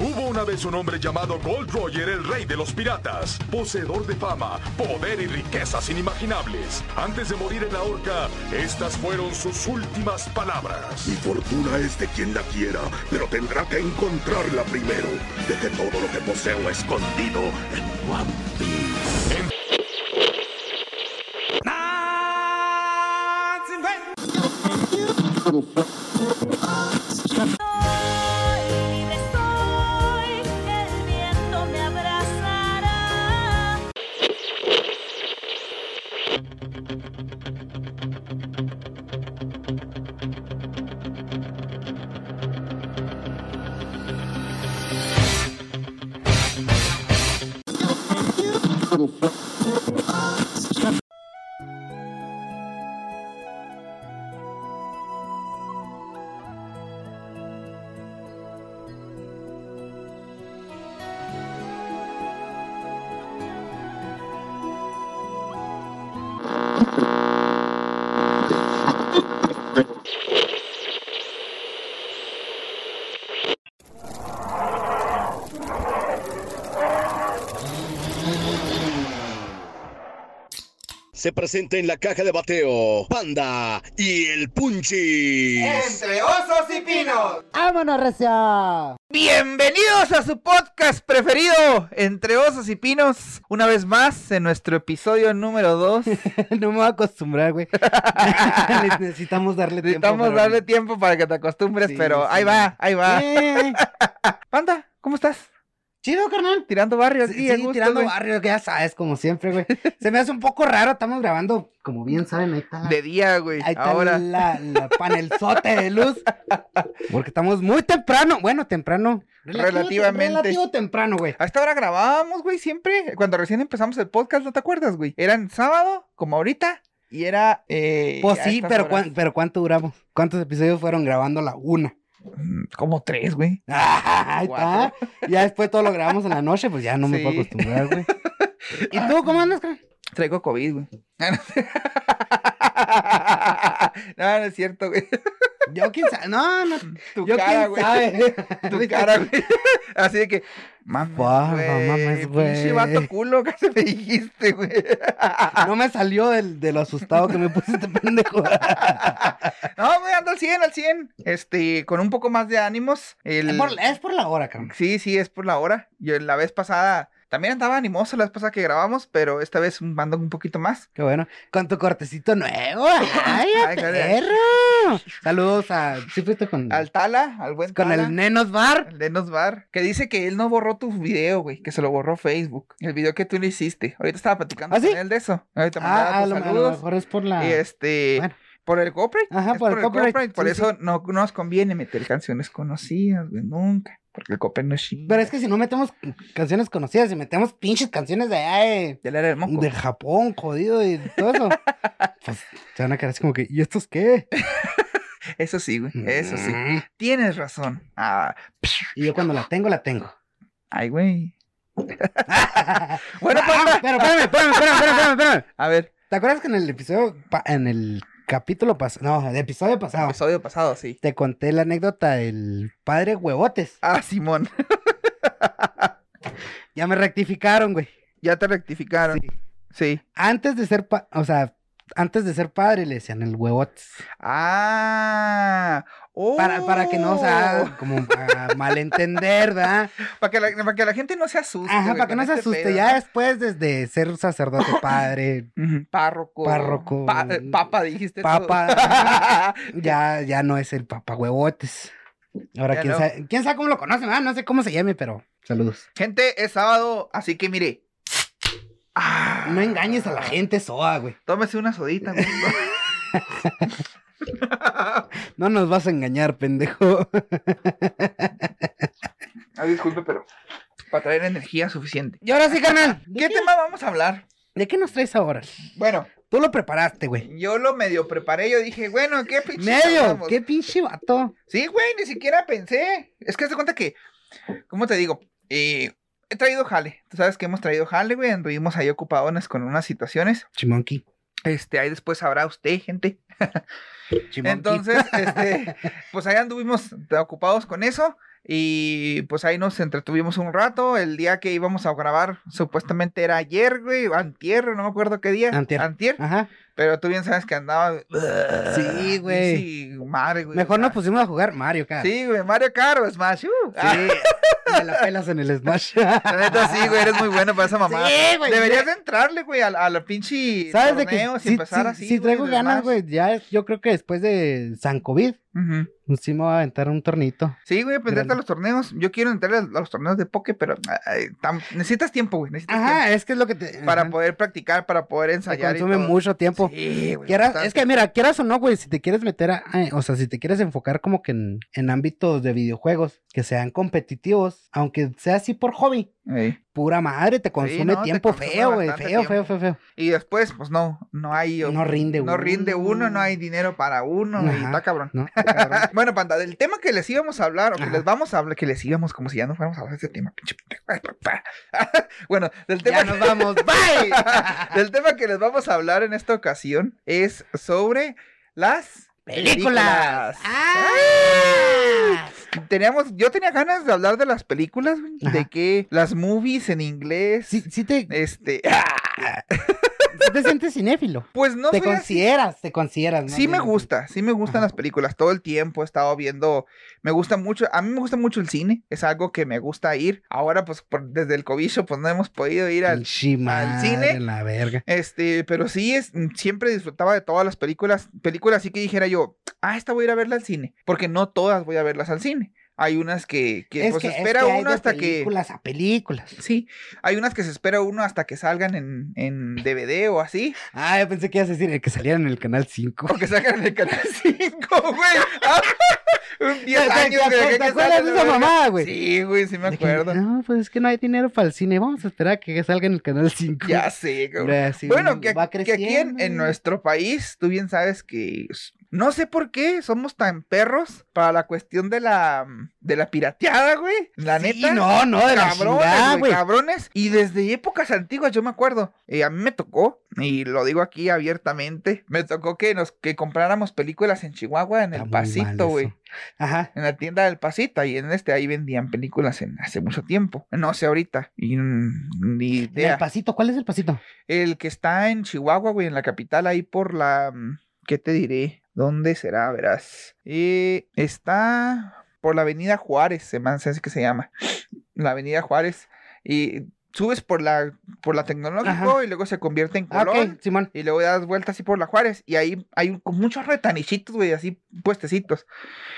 una vez un hombre llamado Gold Roger, el rey de los piratas, poseedor de fama, poder y riquezas inimaginables. Antes de morir en la horca, estas fueron sus últimas palabras. Mi fortuna es de quien la quiera, pero tendrá que encontrarla primero. Dejé todo lo que poseo escondido en One Piece. En... se presenta en la caja de bateo Panda y el Punchi. Entre osos y pinos. ¡Vámonos, Recia! Bienvenidos a su podcast preferido, Entre osos y pinos. Una vez más, en nuestro episodio número 2. no me voy a acostumbrar, güey. Necesitamos darle tiempo. Necesitamos pero- darle tiempo para que te acostumbres, Sí, pero sí. ahí va, ahí va. Eh, Panda, ¿cómo estás? Chido, carnal. Tirando barrio aquí, Sí, a sí, gusto, tirando güey. barrio, que ya sabes, como siempre, güey. Se me hace un poco raro, estamos grabando, como bien saben, ahí está la, De día, güey. ahí está Ahora. la, la panelzote de luz. Porque estamos muy temprano, bueno, temprano. relativo- Relativamente. Relativo temprano, güey. A esta hora grabábamos, güey, siempre. Cuando recién empezamos el podcast, ¿no te acuerdas, güey? Era en sábado, como ahorita, y era. Eh, Pues a sí, estas pero, horas. cuán- pero ¿cuánto duramos? ¿Cuántos episodios fueron grabando a la una? Mm, Como tres, güey. Ah, ahí está. Cuatro. Ya después todo lo grabamos en la noche, pues ya no me Sí. puedo acostumbrar, güey. ¿Y tú cómo andas, carnal? Traigo COVID, güey. No, no es cierto, güey. Yo quién sabe. No, no. Tu yo cara, quién güey. sabe. Tu cara, güey. Así de que, mames, Guau, güey. mames, güey. Pinche vato culo, casi me dijiste, güey. No me salió del, de lo asustado que me puse este pendejo. No, güey, ando al 100, al 100. Este, con un poco más de ánimos. El... Es por, es por la hora, carnal. Sí, sí, es por la hora. Yo la vez pasada también andaba animoso la vez pasada que grabamos, pero esta vez mando un poquito más. Qué bueno. Con tu cortecito nuevo. ¡Ay, Ay, perro! joder. Saludos a. Sí, fuiste con, Al Tala, al buen Mm. con Tala, el Nenos Bar. el Denos Bar, que dice que él no borró tu video, güey, que se lo borró Facebook. El video que tú le hiciste. Ahorita estaba platicando ¿Ah, sí? con él de eso. Ahorita mandaba Ah, a tus lo, a lo saludos. mejor es por la. Y este. Bueno. Por el copyright. Ajá, es por el copyright, Por sí, eso no no nos conviene meter canciones conocidas, güey, nunca. Porque el copyright no es chingón. Pero es que si no metemos canciones conocidas, si metemos pinches canciones de allá de, Del área del moco. de Japón, jodido y todo eso, pues se van a quedar así como que, ¿y estos qué? Eso sí, güey. Eso sí. Mm. Tienes razón. Ah, Y yo cuando la tengo, la tengo. ay, güey. Bueno, Ah, pues. pero espérame, espérame, espérame, espérame, espérame, espérame. A ver, ¿Te acuerdas que en el episodio, pa- en el capítulo pasado, no, el episodio pasado, episodio pasado, sí. te conté la anécdota del padre huevotes? Ah, Simón. Ya me rectificaron, güey. Ya te rectificaron. Sí. Antes de ser, pa- o sea, antes de ser padre le decían el huevotes. Ah. Oh. Para, para que no, o Uh. sea, como a malentender, ¿verdad? Para que, la, para que la gente no se asuste. Ajá, güey, para que con no se este asuste. pedo, ya ¿no? después, desde ser sacerdote, padre, Ujú, Párroco. Párroco. Pa- eh, papa, dijiste. tú. Papa. ya, ya no es el papá huevotes. Ahora, Ya quién, no. sabe, quién sabe cómo lo conocen, ¿verdad? No sé cómo se llame, pero saludos. gente, es sábado, así que mire. Ah, No engañes a la gente, soa, güey. Tómese una sodita, güey. No nos vas a engañar, pendejo. Ah, disculpe, pero. Para traer energía suficiente. Y ahora sí, carnal. ¿Qué tema vamos a hablar? ¿De qué nos traes ahora? Bueno, Tú lo preparaste, güey. yo lo medio preparé. Yo dije, bueno, ¿qué pinche Medio, hablamos? qué pinche vato. Sí, güey, ni siquiera pensé. Es que haz de cuenta que, ¿cómo te digo? Eh, he traído jale. Tú sabes que hemos traído jale, güey. Anduvimos ahí ocupadones con unas situaciones. Chimonqui. Este, ahí después sabrá usted, gente. Chimonqui. Entonces, este, pues ahí anduvimos ocupados con eso. Y pues ahí nos entretuvimos un rato. El día que íbamos a grabar, supuestamente era ayer, güey, o antier, no me acuerdo qué día. Antier. Ajá. Pero tú bien sabes que andaba. Sí, güey. Sí, madre, güey. Mejor no nos pusimos a jugar Mario Kart. pues, ah. Sí, güey, Mario Kart o Smash. uh. Ah, Sí. Me la pelas en el Smash. la neta, sí, güey, eres muy bueno para esa mamada. Sí, güey. Deberías de entrarle, güey, a, la- a la pinche. ¿Sabes de que torneo, si sí, empezar sí, así, sí güey, traigo de ganas, Smash. güey. Ya es- yo creo que después de San COVID, pues Ujú. sí me voy a aventar un tornito. Sí, güey, pues entrate Grande. a los torneos. Yo quiero entrar a los torneos de poke, pero ay, tam- necesitas tiempo, güey. Necesitas tiempo Ajá, es que es lo que te. para ajá, poder practicar, para poder te ensayar. y consume todo. mucho tiempo. Sí, güey. Quieras- bastante. es que mira, quieras o no, güey, si te quieres meter a, a- o sea, si te quieres enfocar como que en, en ámbitos de videojuegos que sean competitivos, aunque sea así por hobby, Ey. pura madre, te consume no, te tiempo consume feo, güey, bastante feo, feo, tiempo. feo, feo. Y después, pues no, no hay. No rinde no uno. rinde uno, no hay dinero para uno. Y Ajá. está cabrón. No, cabrón. Bueno, panda, del tema que les íbamos a hablar, o que Ajá. les vamos a hablar, que les íbamos como si ya no fuéramos a hablar de este tema, pinche pendejo. Bueno, del tema ya nos vamos, bye. Del tema que les vamos a hablar en esta ocasión es sobre las Películas. ¡Ah! Teníamos, yo tenía ganas de hablar de las películas, güey, Ajá. de que las movies en inglés, Si, si te, este, si te sientes cinéfilo. pues no te soy así. consideras, te consideras. más Sí me bien. gusta, sí me gustan Ajá. las películas. Todo el tiempo he estado viendo, me gusta mucho, a mí me gusta mucho el cine, es algo que me gusta ir. Ahora pues por- desde el cobicho pues no hemos podido ir al, Pinche madre, cine. La verga. Este, pero sí, es, siempre disfrutaba de todas las películas. Películas así que dijera yo, ah, esta voy a ir a verla al cine. Porque no todas voy a verlas al cine. Hay unas que, que, pues es espera hay uno de hasta que. Películas a películas. Sí, hay unas que se espera uno hasta que salgan en, en DVD o así. Ah, yo pensé que ibas a decir el que saliera en el canal 5. O que salgan en el canal 5, güey. Ah, Un 10 ¿Te- te- años, te- güey. ¿Te que acuerdas salgan, de esa güey. mamada, güey? Sí, güey, sí me De que, acuerdo. No, pues es que no hay dinero para el cine. Vamos a esperar a que salga en el canal 5. Ya sé, güey. Hombre, así Bueno, uno que, este, va que aquí en, en creciendo. ¿eh? nuestro país, tú bien sabes que s- no sé por qué somos tan perros para la cuestión de la mm, de la pirateada, güey. La Sí, neta. no, no, de la chingada, Cabrones, güey, güey. cabrones. Y desde épocas antiguas, yo me acuerdo. eh, a mí me tocó, y lo digo aquí abiertamente, me tocó que nos que compráramos películas en Chihuahua en Está el muy mal pasito, eso. güey. Ajá. En la tienda del pasito, ahí en este, ahí vendían películas en, hace mucho tiempo. No sé ahorita. Y, mm, ni ¿Y ¿El idea. pasito? ¿Cuál es el pasito? El que está en Chihuahua, güey, en la capital, ahí por la. mm, ¿Qué te diré? ¿Dónde será? Verás. Eh, está por la Avenida Juárez, se me hace que se llama. La Avenida Juárez. Y subes por la, por la Tecnológico Ajá. y luego se convierte en Ah, Colón. ok, Simón. Y luego das vueltas así por la Juárez. Y ahí hay un- con muchos retanichitos, güey, así puestecitos.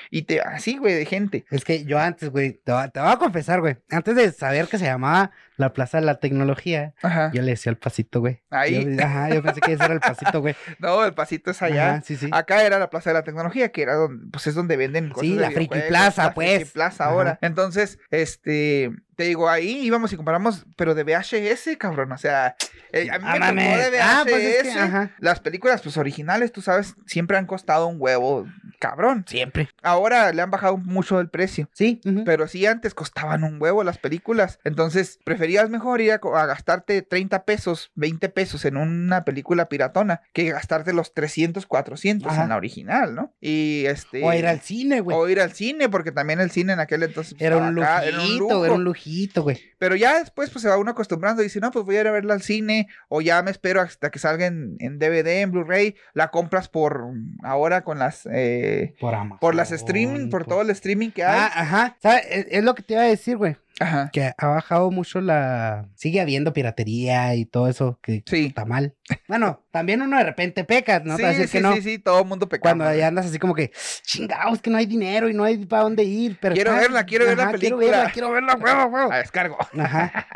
Y te, así, güey, de gente. Es que yo antes, güey, te, va- te voy a confesar, güey. Antes de saber que se llamaba la Plaza de la Tecnología, Ajá. yo le decía el pasito, güey. Ahí. Yo- ajá, yo pensé que ese era el pasito, güey. No, el pasito es allá. Ajá, sí, sí. Acá era la Plaza de la Tecnología, que era donde, pues es donde venden cosas. Sí, de la Friki videojuegos, Plaza, la Friki pues. Plaza Ajá. ahora. Entonces, este, te digo, ahí íbamos y compramos, pero de VHS, cabrón. O sea, eh, a mí me Ah, tocó mames. de VHS. Ah, pues es que, ajá. Las películas, pues originales, tú sabes, siempre han costado un huevo, cabrón. Siempre. Ahora le han bajado mucho el precio. Sí. ujú. Pero sí, antes costaban un huevo las películas. Entonces, preferías mejor ir a, co- a gastarte 30 pesos, 20 pesos en una película piratona que gastarte los 300, 400 Ajá. en la original, ¿no? Y este. O ir al cine, güey. o ir al cine, porque también el cine en aquel entonces pues, Era un estaba acá, era un lujito, era lujo. un lujito, güey. Pero ya después pues se va uno acostumbrando y dice, no, pues voy a ir a verla al cine o ya me espero hasta que salga en, en DVD, en Blu-ray. La compras por ahora con las... eh, Por Amazon. por las streaming, por todo el streaming que hay. Oh, Ah, ajá. ¿Sabes? Es, es lo que te iba a decir, güey. Ajá. Que ha bajado mucho la. Sigue habiendo piratería y todo eso que Sí. está mal. Bueno, también uno de repente peca, ¿no? te sí, voy a decir sí, que no. sí, sí, todo el mundo pecado. Cuando ya andas así como que, chingados, que no hay dinero y no hay para dónde ir. Pero Quiero está- verla, quiero ver la ajá, película. Quiero verla, quiero verla, huevo, huevo. A descargo. Ajá.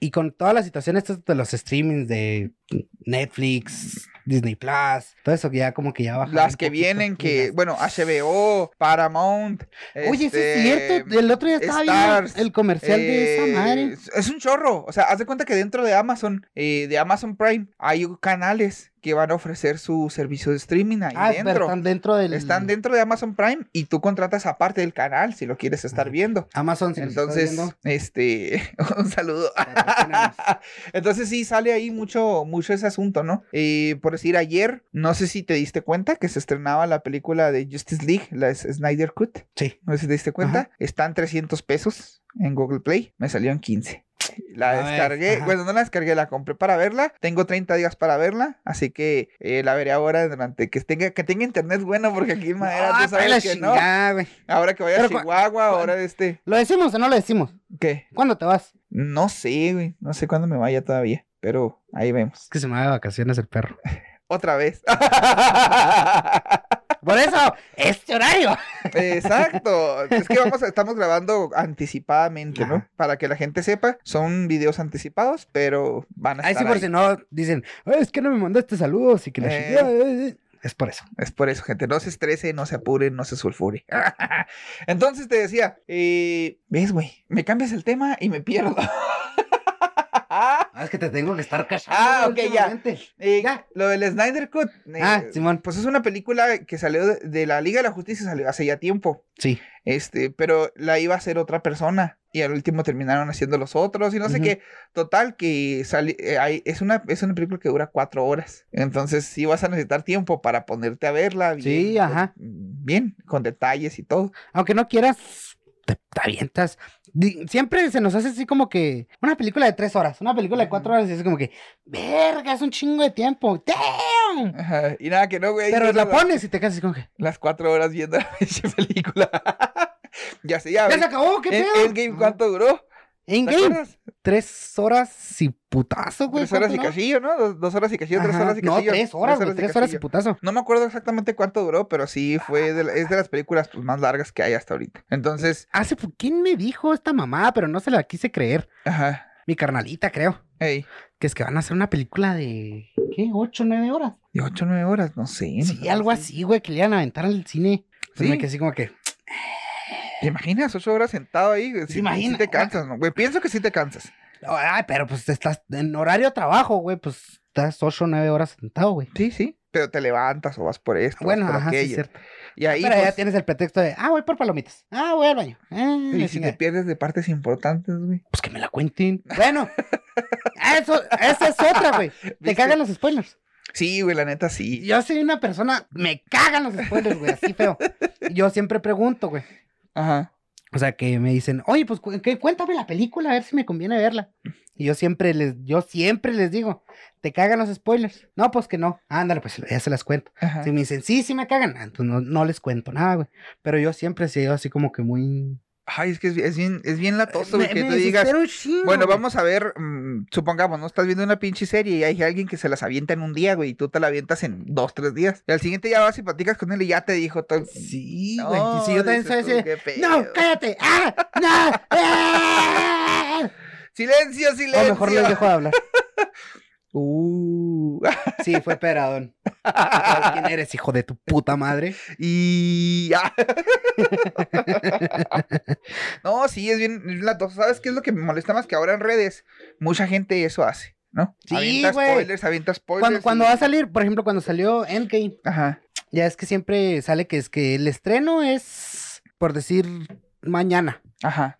Y con toda la situación estas de los streamings de Netflix, Disney Plus, todo eso que ya como que ya baja. Las que vienen, que, bueno, HBO, Paramount. Oye, sí es este, cierto. El otro día estaba Stars, viendo el comercial de eh, esa madre. Es es un chorro. O sea, haz de cuenta que dentro de Amazon, eh, de Amazon Prime, hay canales que van a ofrecer su servicio de streaming ahí Ah, pero dentro. están dentro del. Están dentro de Amazon Prime y tú contratas aparte del canal si lo quieres estar viendo. Amazon, si nos estás Entonces, viendo, este, un saludo. patrocínanos. Entonces sí sale ahí mucho, mucho ese asunto, ¿no? Eh, por decir, ayer, no sé si te diste cuenta que se estrenaba la película de Justice League, la S- Snyder Cut. Sí. No sé si te diste cuenta. Ajá. Está en 300 pesos en Google Play. Me salió en 15. La A ver, descargué, ajá. bueno, no la descargué, la compré para verla. Tengo 30 días para verla, así que eh, la veré ahora durante que tenga, que tenga internet bueno, porque aquí en Madera Ah, tú sabes la que chingada, güey. no. Ahora que vaya a Pero cu- Chihuahua, cu- ahora este. ¿Lo decimos o no lo decimos? ¿Qué? ¿Cuándo te vas? No sé, güey. No sé cuándo me vaya todavía, pero ahí vemos. Es que se me va de vacaciones el perro. Otra vez. Por eso, este horario. Exacto. Es que vamos, a- estamos grabando anticipadamente, ¿no? Ajá. Para que la gente sepa, son videos anticipados, pero van a Ahí sí, estar Ah, por ahí. si no dicen, "Ay, es que no me mandaste saludos y que la Eh. chingada, eh, eh". Es por eso. Es por eso, gente. No se estrese, no se apure, no se sulfure. Entonces te decía, eh, ves, güey, me cambias el tema y me pierdo. Ah, es que te tengo que estar cachando. Ah, ok, ya. Eh, Lo del Snyder Cut. eh, Ah, Simón. Pues es una película que salió de, de la Liga de la Justicia, salió hace ya tiempo. Sí. Este, pero la iba a hacer otra persona y al último terminaron haciendo los otros y no sé Ujú. qué. Total que sali- eh, hay- es una es una película que dura cuatro horas, entonces sí vas a necesitar tiempo para ponerte a verla. Bien, Sí, con- ajá. Bien, con detalles y todo. Aunque no quieras, te, te avientas. Di- Siempre se nos hace así como que una película de tres horas, una película de cuatro horas, y es como que, verga, es un chingo de tiempo. ¡Damn! Ajá, Y nada que no, güey. Pero duras la la- pones y te casas como que, las cuatro horas viendo la pinche película. ya sé, ya. ya ves. se acabó, qué En- pedo. Endgame, ¿cuánto duró? En ¿Te game, acuerdas? tres horas y putazo, güey. Tres horas y ¿cuánto no? cachillo, ¿no? Dos, dos horas y cachillo, tres Ajá. horas y No, cachillo. tres horas, güey, tres horas y cachillo. putazo. No me acuerdo exactamente cuánto duró, pero sí fue de la- es de las películas pues, más largas que hay hasta ahorita. Entonces, Hace, po- ¿quién me dijo esta mamá? Pero no se la quise creer. ajá. Mi carnalita, creo. Ey, Que es que van a hacer una película de, ¿qué? ¿Ocho, nueve horas? de 8 o 9 horas, no sé. no Sí, sé, algo no sé. así, güey, que le iban a aventar al cine. Sí. Sí. Me quedé así como que, ¿Te imaginas 8 horas sentado ahí? Si, si imaginas? te cansas, ¿no? Güey, pienso que sí te cansas. ay, pero pues estás en horario de trabajo, güey, pues estás ocho, nueve horas sentado, güey. Sí, sí. Pero te levantas o vas por esto, Bueno, vas por ajá, sí, es aquello. cierto. y ahí, pero ya pues, tienes el pretexto de, ah, voy por palomitas. Ah, voy al baño. Ah, y la si chingada. te pierdes de partes importantes, güey. Pues que me la cuenten. Bueno, eso, esa es otra, güey. Te ¿Viste? cagan los spoilers. Sí, güey, la neta sí. Yo soy una persona, me cagan los spoilers, güey, así feo. Yo siempre pregunto, güey. Ajá. O sea, que me dicen, oye, pues cu- que- cuéntame la película, a ver si me conviene verla. Y yo siempre les, yo siempre les digo, te cagan los spoilers. No, pues que no. Ándale, pues ya se las cuento. Ajá. Si me dicen, sí, sí me cagan, ah, entonces no, no les cuento nada, güey. Pero yo siempre he sido así como que muy... Ay, es que es, es bien, es bien latoso, güey, Eh, Me- que me tú digas. desespero un chingo, Bueno, güey. vamos a ver, mm, supongamos, ¿no? Estás viendo una pinche serie y hay alguien que se las avienta en un día, güey, y tú te la avientas en dos, tres días. Y al siguiente ya vas y platicas con él y ya te dijo todo. Sí, No, güey. y si yo también dices soy así, tú, de, qué pedo. no, cállate. Ah, no. ah". ¡Silencio, O silencio! mejor les dejo de hablar. Uh, Sí, fue Peradón. ¿Sabes ¿Quién eres, hijo de tu puta madre? y ya. no, sí, es bien es latoso. ¿Sabes qué es lo que me molesta más? Que ahora en redes mucha gente eso hace, ¿no? Sí, avienta güey. spoilers, avienta spoilers. Cuando, y- cuando va a salir, por ejemplo, cuando salió Endgame, Ajá. ya es que siempre sale que es que el estreno es, por decir, mañana. Ajá.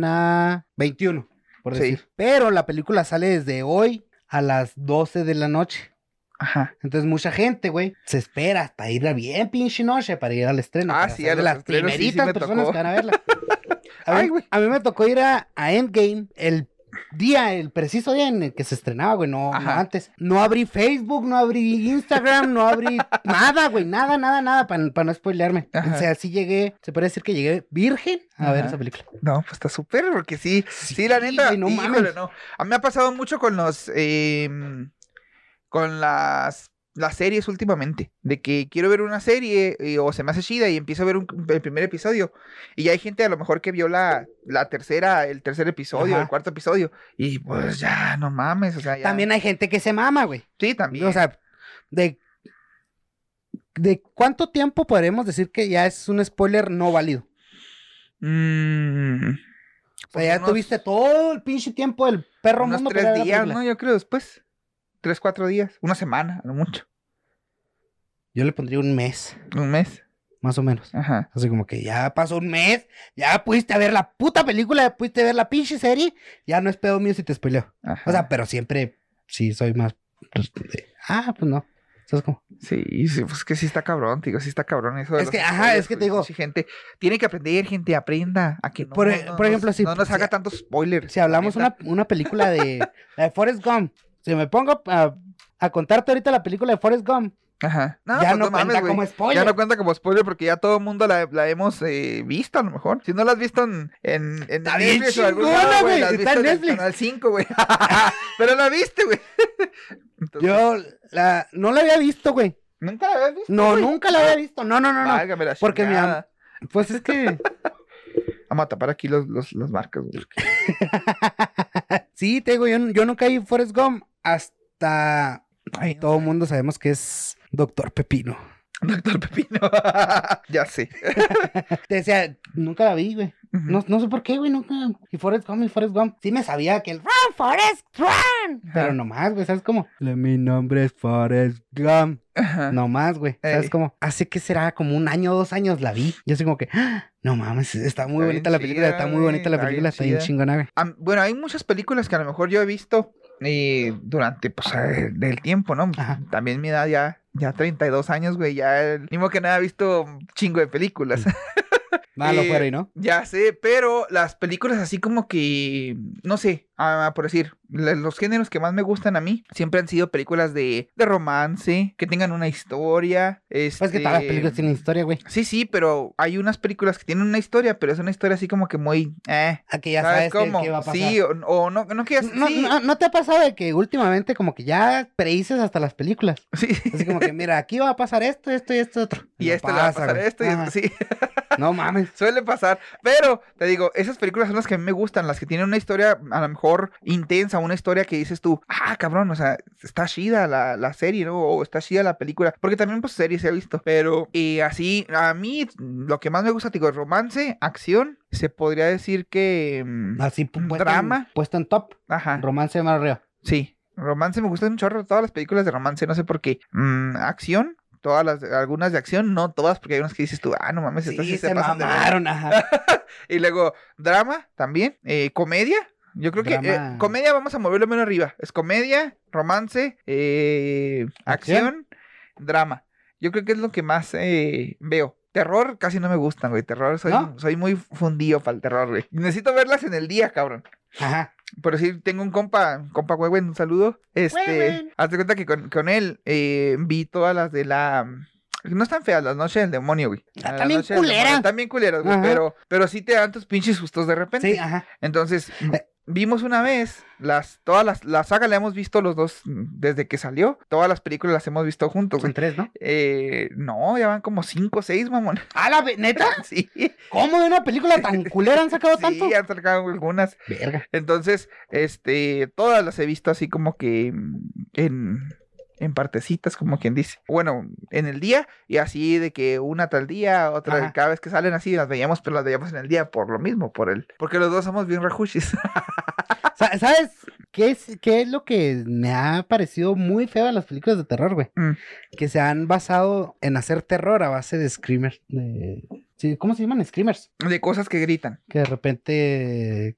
Mañana 21, por Sí. decir. Pero la película sale desde hoy a las 12 de la noche. Ajá. Entonces mucha gente, güey, se espera hasta ir a bien pinche noche para ir al estreno. Ah, para sí, ser a de los las estrenos sí, sí primeritas me personas tocó. que van a verla. A Ay, mí, güey. a mí me tocó ir a, a Endgame el día, el preciso día en el que se estrenaba, güey, no, no Ajá. antes. No abrí Facebook, no abrí Instagram, no abrí nada, güey, nada, nada, nada, para no spoilearme. Ajá. O sea, sí llegué, se puede decir que llegué virgen a ver Ajá. esa película. No, pues está súper, porque sí, sí, la neta, güey, no híjole, mames. no. A mí me ha pasado mucho con los, em, con las, las series últimamente, de que quiero ver una serie eh, o se me hace chida y empiezo a ver un- el primer episodio y hay gente a lo mejor que vio la, la tercera, el tercer episodio, Ajá. el cuarto episodio y pues ya, no mames, o sea, ya. También hay gente que se mama, güey. Sí, también. O sea, de, de cuánto tiempo podremos decir que ya es un spoiler no válido. Mm, O sea, ya unos- tuviste todo el pinche tiempo del perro unos mundo para tres ver la días, película. ¿no? Yo creo después. tres, cuatro días, una semana, no mucho, Yo le pondría un mes, un mes. más o menos. Ajá. Así como que ya pasó un mes, ya pudiste ver la puta película, pudiste ver la pinche serie, ya no es pedo mío si te spoileo. ajá. O sea, pero siempre sí soy más. pues, de, ah, pues no. ¿Sabes cómo? Sí, sí, pues que sí está cabrón, te digo, sí está cabrón eso. de Es los que, ajá, spoilers, es que te güey, digo- pinche gente, tiene que aprender, gente, aprenda a que no, Por- e- no- no por ejemplo, nos- si- no nos si- haga tantos spoilers. Si hablamos una, una película de, la de Forrest Gump, si me pongo a, a contarte ahorita la película de Forrest Gump, Ajá. ya pues Ah, no, cuenta güey. como spoiler. Ya no cuenta como spoiler porque ya todo el mundo la, la hemos eh, visto a lo mejor. Si no la has visto en, en, en Está bien o algún chingona, lado, güey, la has está visto en el Netflix. Canal 5, güey. Pero la viste, güey. Entonces, Yo la, no la había visto, güey. ¿Nunca la habías visto? Ah, No, nunca la había visto. No, no, no, no. Válgame la porque mi am- chingada. Pues es que. Vamos a tapar aquí los, los, las marcas, güey. sí, te digo, yo, yo nunca vi Forrest Gump hasta. Ay, no. Todo el mundo sabemos que es Doctor Pepino. Doctor Pepino. ya sé. Te decía, nunca la vi, güey. No, no sé por qué, güey, nunca. Y Forrest Gump, y Forrest Gump. Sí me sabía que el Run, Forrest, Run. Pero nomás, güey, ¿sabes cómo? Le- Mi nombre es Forrest Gump. Ajá. Nomás, güey. ¿Sabes Ey. cómo? Hace que será como un año o dos años la vi. Yo soy como que, ¡ah! no mames, está muy Está bonita bien la película, chida, está muy güey, bonita la está bien película, está bien chida. chingona, güey. Am- Bueno, hay muchas películas que a lo mejor yo he visto y durante, pues, eh, del tiempo, ¿no? Ajá. También mi edad ya, ya 32 años, güey, ya el- ni modo que nada he visto un chingo de películas. Malo Eh, fuera, ¿y no? ya sé, pero las películas así como que, no sé, ah, por decir, la- los géneros que más me gustan a mí siempre han sido películas de, de romance, que tengan una historia. Este... Pues que todas las películas tienen historia, güey. Sí, sí, pero hay unas películas que tienen una historia, pero es una historia así como que muy... Eh, A Ah, que ya ¿Sabes sabes, qué- cómo? qué va a pasar. Sí, o, o no, no que ya- no, sí, no- ¿no te ha pasado de que últimamente como que ya predices hasta las películas? sí. Así como que, mira, aquí va a pasar esto, esto y esto otro. Y No esto le va a pasa, pasar güey. esto, y esto, Ajá. sí, No mames. suele pasar. Pero te digo, esas películas son las que a mí me gustan, las que tienen una historia a lo mejor intensa, una historia que dices tú, ah, cabrón, o sea, está chida la, la serie, ¿no? O está chida la película. Porque también, pues, series he visto. Pero eh, así, a mí lo que más me gusta, te digo, romance, acción, se podría decir que. mm, Así pu- puesto, Drama. Ah. En, puesto en top. Ajá. Romance de Mar arriba. Sí, romance me gustan un chorro todas las películas de romance, no sé por qué. Mm, acción, todas las, algunas de acción, no todas, porque hay unas que dices tú, ah, no mames, Sí, estas sí se, se, pasan de verga". mamaron, ajá. Y luego, drama también, eh, comedia. Yo creo que eh, Drama. comedia vamos a moverlo menos arriba. Es comedia, romance, eh, acción, Acción. drama. Yo creo que es lo que más eh, veo. Terror casi no me gustan, güey. Terror, soy, ¿No? soy muy fundido para el terror, güey. Necesito verlas en el día, cabrón. Ajá. Por decir, tengo un compa, compa Hueven, un saludo. Este, Huehuen. hazte cuenta que con, con él eh, vi todas las de la. No están feas las noches del demonio, güey. Ah, Las están bien noches del demonio, culeras. Están bien culeras, güey. Ajá. Pero, pero sí te dan tus pinches sustos de repente. Sí, ajá. Entonces, vimos una vez, las, todas las, la saga la hemos visto los dos mm, desde que salió. Todas las películas las hemos visto juntos, Son güey. tres, ¿no? Eh, no, ya van como cinco o seis, mamón. Ah, la ve- neta. Sí, ¿Cómo de una película tan culera han sacado tanto? sí, han sacado algunas. Verga. Entonces, este, todas las he visto así como que mm, en, en partecitas, como quien dice. Bueno, en el día y así de que una tal día, otra Ajá. cada vez que salen así las veíamos, pero las veíamos en el día por lo mismo, por el, porque los dos somos bien rajuchis. Sa- ¿Sabes qué es, qué es lo que me ha parecido muy feo en las películas de terror, güey? Mm. Que se han basado en hacer terror a base de screamers. de- sí, ¿Cómo se llaman? Screamers. de cosas que gritan. Que de repente. que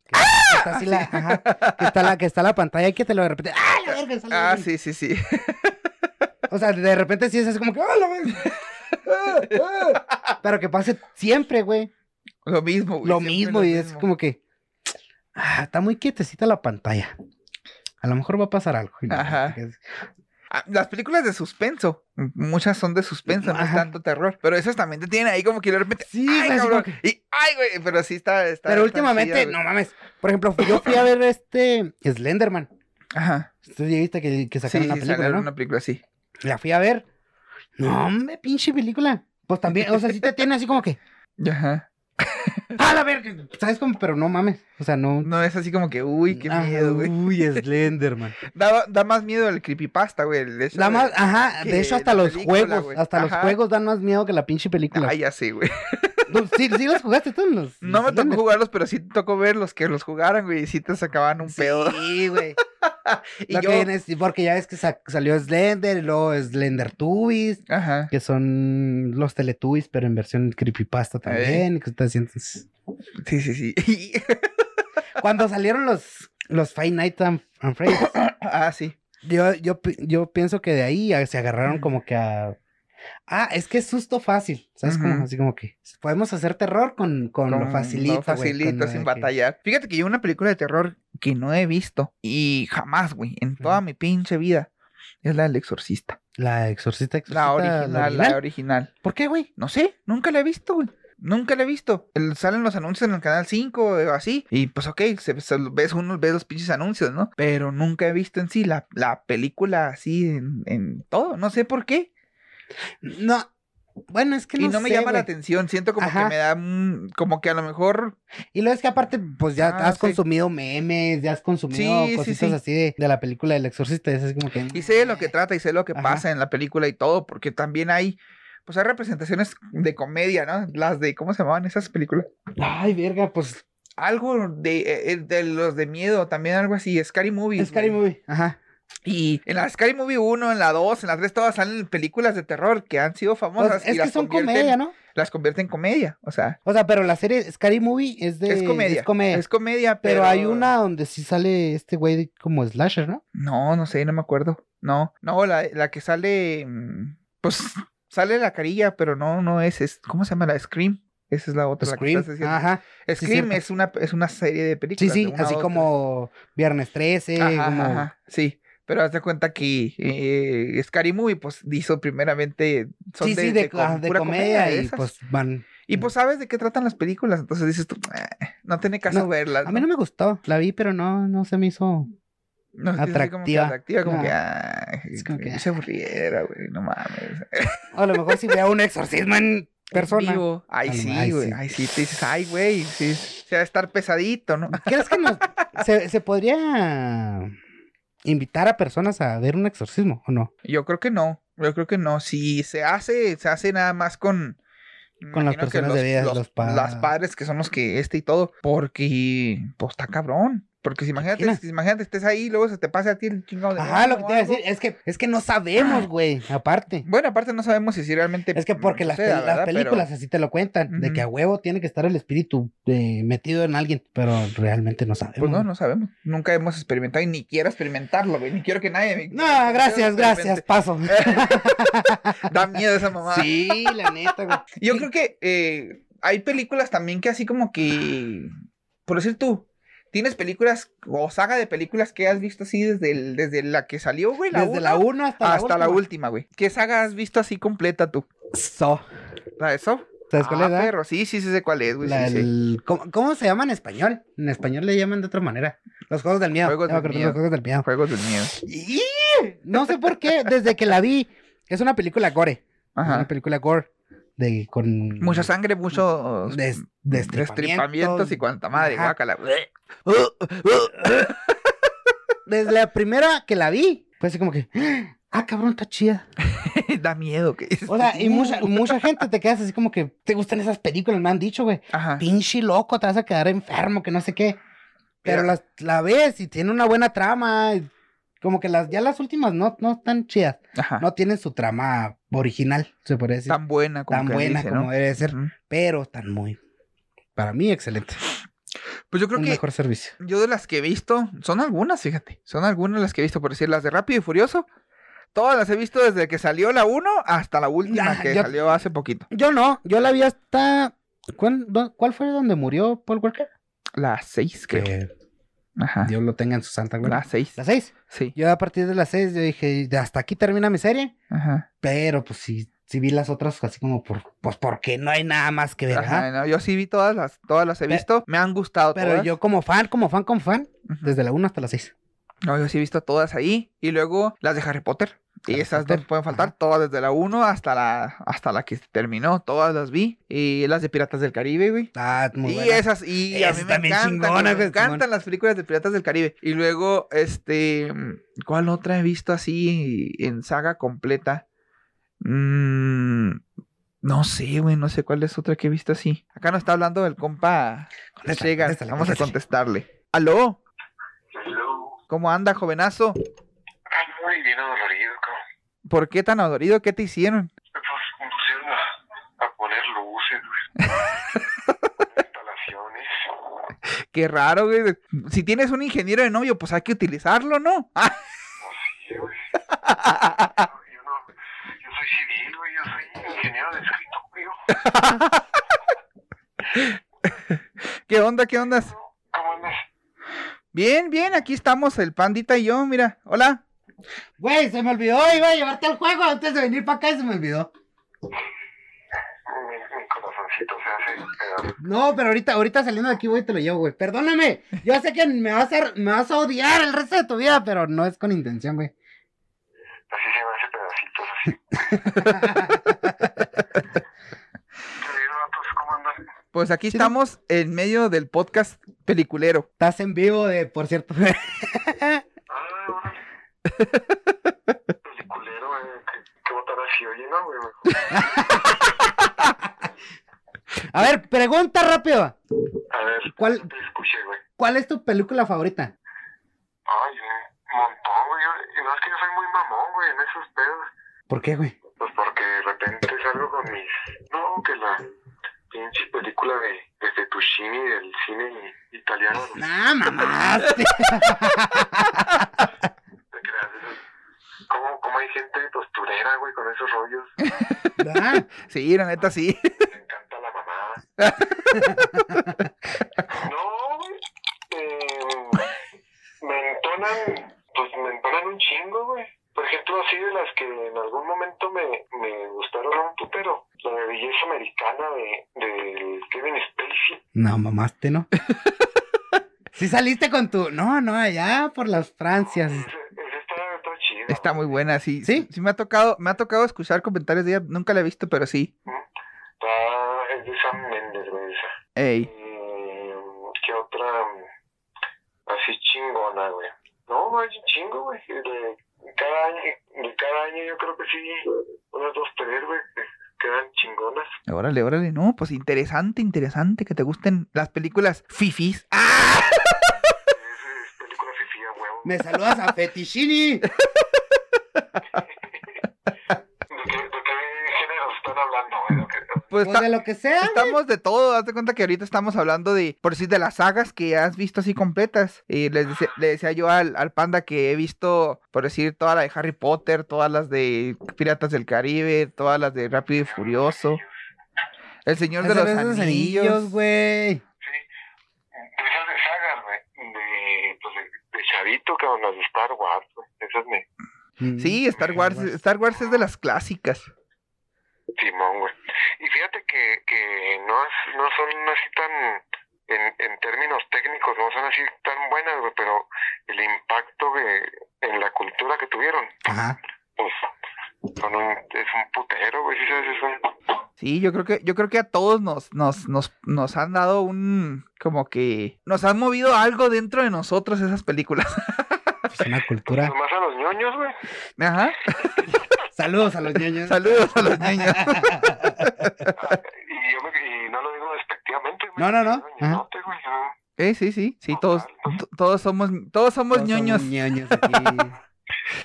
está así la, ajá, que, está la, que está la pantalla y que te lo de repente. ¡Ah, la verga! Sale Ah, la- sí, sí, sí. O sea, de repente sí es así como que. ¡Ah, la verga! Pero que pase siempre, güey. lo mismo, güey, Lo siempre mismo, y es como que. ah, está muy quietecita la pantalla. A lo mejor va a pasar algo. y la Ajá. gente que- Ah, Las películas de suspenso, m- muchas son de suspenso, no es Ajá. tanto terror, pero esas también te tienen ahí como que de repente, Sí, ay, güey, así cabrón, como que- y ay, güey, pero sí está, está Pero está últimamente, chida, güey. no mames. Por ejemplo, fui- yo fui a ver este Slenderman. Ajá. Ustedes ya viste que, que sacaron sí, la sí, película, sacaron ¿no? una película, sí. La fui a ver. No, hombre, pinche película. Pues también, o sea, sí te tiene así como que. Ajá. ¡A la verga! ¿Sabes cómo? Pero no mames. O sea, no. No es así como que, uy, qué Ajá, miedo, güey. Uy, Slenderman. Da, da más miedo el creepypasta, güey. el hecho La de- más, ajá, que de hecho hasta la los película, juegos, güey. hasta los Ajá. juegos dan más miedo que la pinche película. Ah, ya sé, güey. No, sí, sí los jugaste tú. Los, No me los tocó Slender. jugarlos, pero sí te tocó ver los que los jugaran, güey. Y sí te sacaban un pedo. Sí, güey. y Lo que yo, viene es- porque ya ves que sa- salió Slender, y luego Slender Tubis, Ajá. que son los Teletubbies, pero en versión creepypasta también. y que estás haciendo- Sí, sí, sí. Cuando salieron los, los Five Nights at at Freddy's, ah, sí. yo, yo, pi- yo pienso que de ahí a- se agarraron como que a. Ah, es que es susto fácil, ¿sabes? Como Ujú. así como que podemos hacer terror con, con, Con- lo facilito. Lo facilito, sin batalla batallar. Fíjate que yo una película de terror que no he visto y jamás, güey, en toda Ujú. mi pinche vida, es la del exorcista. La exorcista, exorcista. La original, la original. ¿Por qué, güey? No sé, nunca la he visto, güey. Nunca la he visto. El- salen los anuncios en el canal 5 o así. Y pues ok, se, se- ves uno, ves los pinches anuncios, ¿no? Pero nunca he visto en sí la, la película así en, en todo. No sé por qué. No. Bueno, es que no y no me sé, llama la güey. atención. Siento como Ajá. que me da mm, como que a lo mejor. Y luego es que aparte, pues ya Ah, has sí. consumido memes, ya has consumido Sí, sí, cositas sí. así de, de la película del exorcista. y Es así como que. Y sé de lo que trata y sé lo que Ajá. pasa en la película y todo, porque también hay. Pues hay representaciones de comedia, ¿no? Las de. ¿Cómo se llamaban esas películas? Ay, verga, pues. Algo de, eh, de los de miedo, también algo así. Scary Movie. Scary Movie. Ajá. Y en la Scary Movie 1, en la 2, en la 3, todas salen películas de terror que han sido Pues, famosas. y es que las son convierten- comedia, ¿no? Las convierte en comedia. O sea, O sea, pero la serie Scary Movie es de. es comedia. Es comedia. Es comedia, pero, pero. hay una donde sí sale este güey de- como slasher, ¿no? No, no sé, no me acuerdo. No, no, la, la que sale. mm, Pues sale la carilla, pero no, no es. es- ¿Cómo se llama la Scream? Esa es la otra. la que Scream. estás diciendo. Ajá. sí, Scream cierto. es, una, es una serie de Sí, películas. de sí, una así a otra. como Viernes 13. Ajá, como- ajá, sí. Pero haz de cuenta que eh, Scary Movie, pues, hizo primeramente. son Sí, sí, de, com- ah, de pura comedia, de y esas. pues van. Y pues sabes de qué tratan las películas, entonces dices tú, "Eh, no tiene caso No, verlas. A mí no me gustó, la vi, pero no, no se me hizo. No, es que es así como que atractiva. atractiva, como No. que, "Ay, Es como que, ah, se aburriera, güey, no mames. A lo mejor si veo un exorcismo en persona. Vivo. Ay, Ay, sí, ay, güey, sí. ay, sí, te dices, ay, güey, sí, se va a estar pesadito, ¿no? ¿Crees que nos, se, se podría invitar a personas a ver un exorcismo o no? Yo creo que no, yo creo que no. Si se hace, se hace nada más con... me Con las imagino que personas debidas, los pa- Las padres que son los que este y todo, porque, pues, está cabrón. Porque si imagínate, imaginas? si imagínate, estés ahí y luego se te pase a ti el chingado de... Ajá, lo que te iba a decir es que, es que no sabemos, güey, aparte. Bueno, aparte no sabemos si sí realmente. Es que porque las, suceda, pel- las ¿verdad? Pero- películas así te lo cuentan, de que a huevo tiene que estar el espíritu eh, metido en alguien, pero realmente no sabemos. Pues no, no sabemos. Nunca hemos experimentado y ni quiero experimentarlo, güey. Ni quiero que nadie me. No, quiero gracias, que gracias, paso. Eh, experimente. Da miedo esa mamá. Sí, la neta, güey. Yo creo que eh, hay películas también que así como que. Por decir tú, tienes películas o saga de películas que has visto así desde, el- desde la que salió, güey. La Desde una la 1 hasta, hasta, la última. última, güey. ¿Qué saga has visto así completa tú? So. ¿La de Saw? ¿Sabes cuál Ah, es? da? perro, Sí, sí, sí, sé cuál es, güey. La sí, sí. del- ¿cómo, cómo se llama en español? En español le llaman de otra manera. Los juegos del miedo. Juegos Ya me del acordé, miedo. Los juegos del miedo. Juegos del miedo. Y- No sé por qué, desde que la vi, es una película gore. Es Ajá. Una película gore. De, con Mucha sangre, mucho. des- Destripamientos y cuanta madre, Ajá. guácala. Desde la primera que la vi, fue así como que, ah, cabrón, está chida. da miedo que es. O sea, y mucha, mucha gente te quedas así como que, te gustan esas películas, me han dicho, güey. Ajá. pinche loco, te vas a quedar enfermo, que no sé qué. Pero Mira. las, la ves y tiene una buena trama. y Como que las, ya las últimas no, no están chidas. Ajá. No tienen su trama original, se podría decir. Tan, Ah. tan buena como que buena dice, ¿no? como debe de ser. Ujú. Pero están muy, para mí, excelente. Pues yo creo Un que mejor servicio. yo de las que he visto, son algunas, fíjate. Son algunas las que he visto, por decir, las de Rápido y Furioso. Todas las he visto desde que salió la 1 hasta la última Nah, que Ah, yo- salió hace poquito. Yo no, yo la vi hasta... ¿Cuál, dó- cuál fue donde murió Paul Walker? La 6, creo. ah. Que Ajá. Dios lo tenga en su santa gloria. La 6. La seis. Sí. Yo a partir de las seis, yo dije, hasta aquí termina mi serie. Ajá. Pero pues sí, sí vi las otras así como por, pues porque no hay nada más que ver, Ajá, ¿verdad? no, yo sí vi todas las, todas las he Pe- visto. Me han gustado Pero todas. yo como fan, como fan, como fan, Ujú. desde la 1 hasta la 6. No, yo sí he visto todas ahí. Y luego las de Harry Potter. Y Harry esas Potter, no pueden faltar. ajá. Todas desde la 1 hasta la, hasta la que terminó. Todas las vi. Y las de Piratas del Caribe, güey. Ah, muy y buena. esas, y a Esas mí me también encantan, güey, chingonas, me güey, encantan Simón. las películas de Piratas del Caribe. Y luego, este, mm, ¿cuál otra he visto así en saga completa? Mm, no sé, güey, no sé cuál es otra que he visto así. Acá nos está hablando el compa Contéstale, Shegan. contéstale, Vamos a contéstale. contestarle. ¿Aló? ¿Cómo anda, jovenazo? Ando y bien adolorido, cabrón. ¿Por qué tan adorido? ¿Qué te hicieron? Pues me pusieron a, a poner luces, güey. Instalaciones. Qué raro, güey. Si tienes un ingeniero de novio, pues hay que utilizarlo, ¿no? Ah, Sí, güey. Yo no. Yo soy civil, güey. Yo soy ingeniero de escritorio. ¿Qué onda? ¿Qué onda? ¿Cómo andas? Bien, bien, aquí estamos el pandita y yo, mira. Hola. Güey, se me olvidó, iba a llevarte al juego antes de venir para acá y se me olvidó. Mi, mi corazoncito se hace pedazo. No, pero ahorita, ahorita saliendo de aquí, güey, te lo llevo, güey. Perdóname. Yo sé que me vas a, me vas a odiar el resto de tu vida, pero no es con intención, güey. Así se me hace pedacitos, así. Pero yo no, pues, ¿cómo andas? Pues aquí estamos en medio del podcast peliculero. Estás en vivo de, por cierto. Ah, órale. Peliculero, eh. ¿Qué, qué botar así, oye, no, güey? mejor. A ver, pregunta rápida. A ver, ¿Cuál- no te escuché, güey. ¿Cuál es tu película favorita? Ay, un montón, güey. Yo- Y no es que yo soy muy mamón, güey, en esos pedos. ¿Por qué, güey? Pues porque de repente salgo con mis. No, que la pinche película de, de Fettuccini del cine italiano. No Nah, mamaste. te creas, eso- ¿Cómo, ¿Cómo hay gente posturera, güey, con esos rollos? Nah. Sí, la neta sí. Me encanta la mamada. no, güey. Eh, me entonan, pues me entonan un chingo, güey. Por ejemplo, así de las que en algún momento me, me gustaron un putero. La de belleza americana de, de Kevin Spacey. No, mamaste, ¿no? Sí saliste con tu... No, no, allá por las Francias. Ese, ese está, está chido. Em. Está muy buena, sí. ¿Sí? Sí me ha tocado, me ha tocado escuchar comentarios de ella, nunca la he visto, pero sí. Está, es de Sam Mendes, güey, esa. Ey. Eh, ¿Qué otra? Así chingona, güey. No, no hay un chingo, güey. De cada año, de cada año yo creo que sí, unas dos, tres, güey, que quedan chingonas. Órale, órale, no, pues interesante, interesante que te gusten las películas fifis. ¡Ah! Es, es película fifía, huevo. Me saludas a Fetichini. ¿De qué, de qué género están hablando, güey? ¿De qué- Pues Pues está- de lo que sea. estamos de todo, hazte cuenta que ahorita estamos hablando de, por decir, de las sagas que ya has visto así completas. Y les dece- le decía yo al, al panda que he visto, por decir, toda la de Harry Potter, todas las de Piratas del Caribe, todas las de Rápido y Furioso. El Señor de Ese los beso de Anillos. güey. De esas de sagas, güey. De, pues, de, de Chavito, cabrón, las de Star Wars, güey. Esas me... Mm, Sí, Star Wars, Star Wars es de las clásicas. Simón, güey. Y fíjate que, que no, es- no son así tan, en, en términos técnicos, no son así tan buenas, güey, pero el impacto que, en la cultura que tuvieron, Ajá. pues, son un, es un putero, güey, ¿sí sabes eso? Sí, yo creo que, yo creo que a todos nos, nos, nos, nos han dado un como que nos han movido algo dentro de nosotros esas películas. Es una cultura. Nomás a los ñoños, güey. Ajá. Saludos a los niños. Saludos a los niños. Y yo me, y no lo digo despectivamente, güey. No, no, no. Soy Ajá. ñoñote, güey, ah. Eh, sí, sí, sí, todos, to- todos somos, todos somos ñoños. ñoños aquí.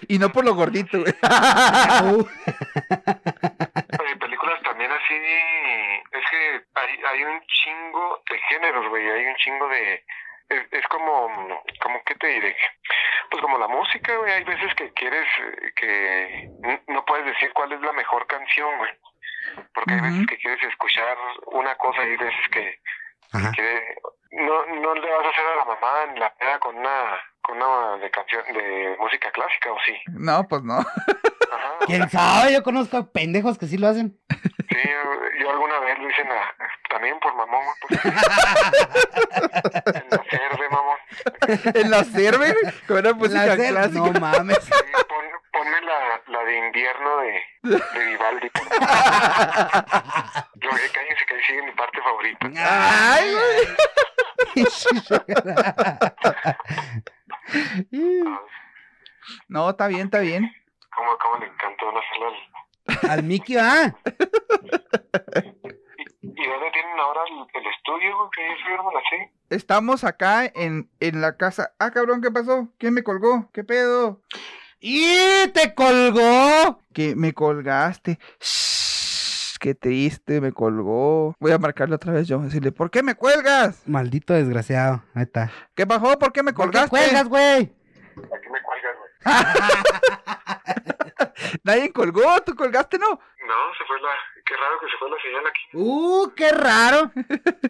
Y no por lo gordito, güey. Uh, Oye, películas también así. Es que hay, hay un chingo de géneros, güey. Hay un chingo de. Es, es como. como ¿Qué te diré? Pues como la música, güey. Hay veces que quieres. eh, que n- no puedes decir cuál es la mejor canción, güey. Porque hay Ujú. veces que quieres escuchar una cosa y hay veces que. Ajá. que no, no le vas a hacer a la mamá en la peda con una. con una de canción. de música clásica, o sí. No, pues no. Ajá. ¿Quién sabe? Yo conozco a pendejos que sí lo hacen. Sí, yo, yo alguna vez lo hice en la- también por mamón, güey, pues. en la cerve, mamón. En la cerve, güey, con una música La hacer- clásica. No mames. Sí, pon- ponme la, la de invierno de, de Vivaldi. por favor. Yo, eh, cállense que ahí sigue mi parte favorita. Ay, güey. No, está bien, está bien. Como, como le encantó hacerla. al- Al Mickey, ah. Y, y dónde tienen ahora el, el estudio, güey? Que yo firmo la sé. Estamos acá en, en la casa. Ah, cabrón, ¿qué pasó? ¿Quién me colgó? ¿Qué pedo? ¡Y te colgó! Que me colgaste. Shh, Qué triste, me colgó. Voy a marcarle otra vez yo, decirle, ¿por qué me cuelgas? Maldito desgraciado. Ahí está. ¿Qué pasó? ¿Por qué me ¿Por qué colgaste? cuelgas, güey? Aquí me cuelgan, güey. Nadie colgó, tú colgaste, ¿no? No, se fue la. Qué raro que se fue la señal aquí. ¡Uh, qué raro!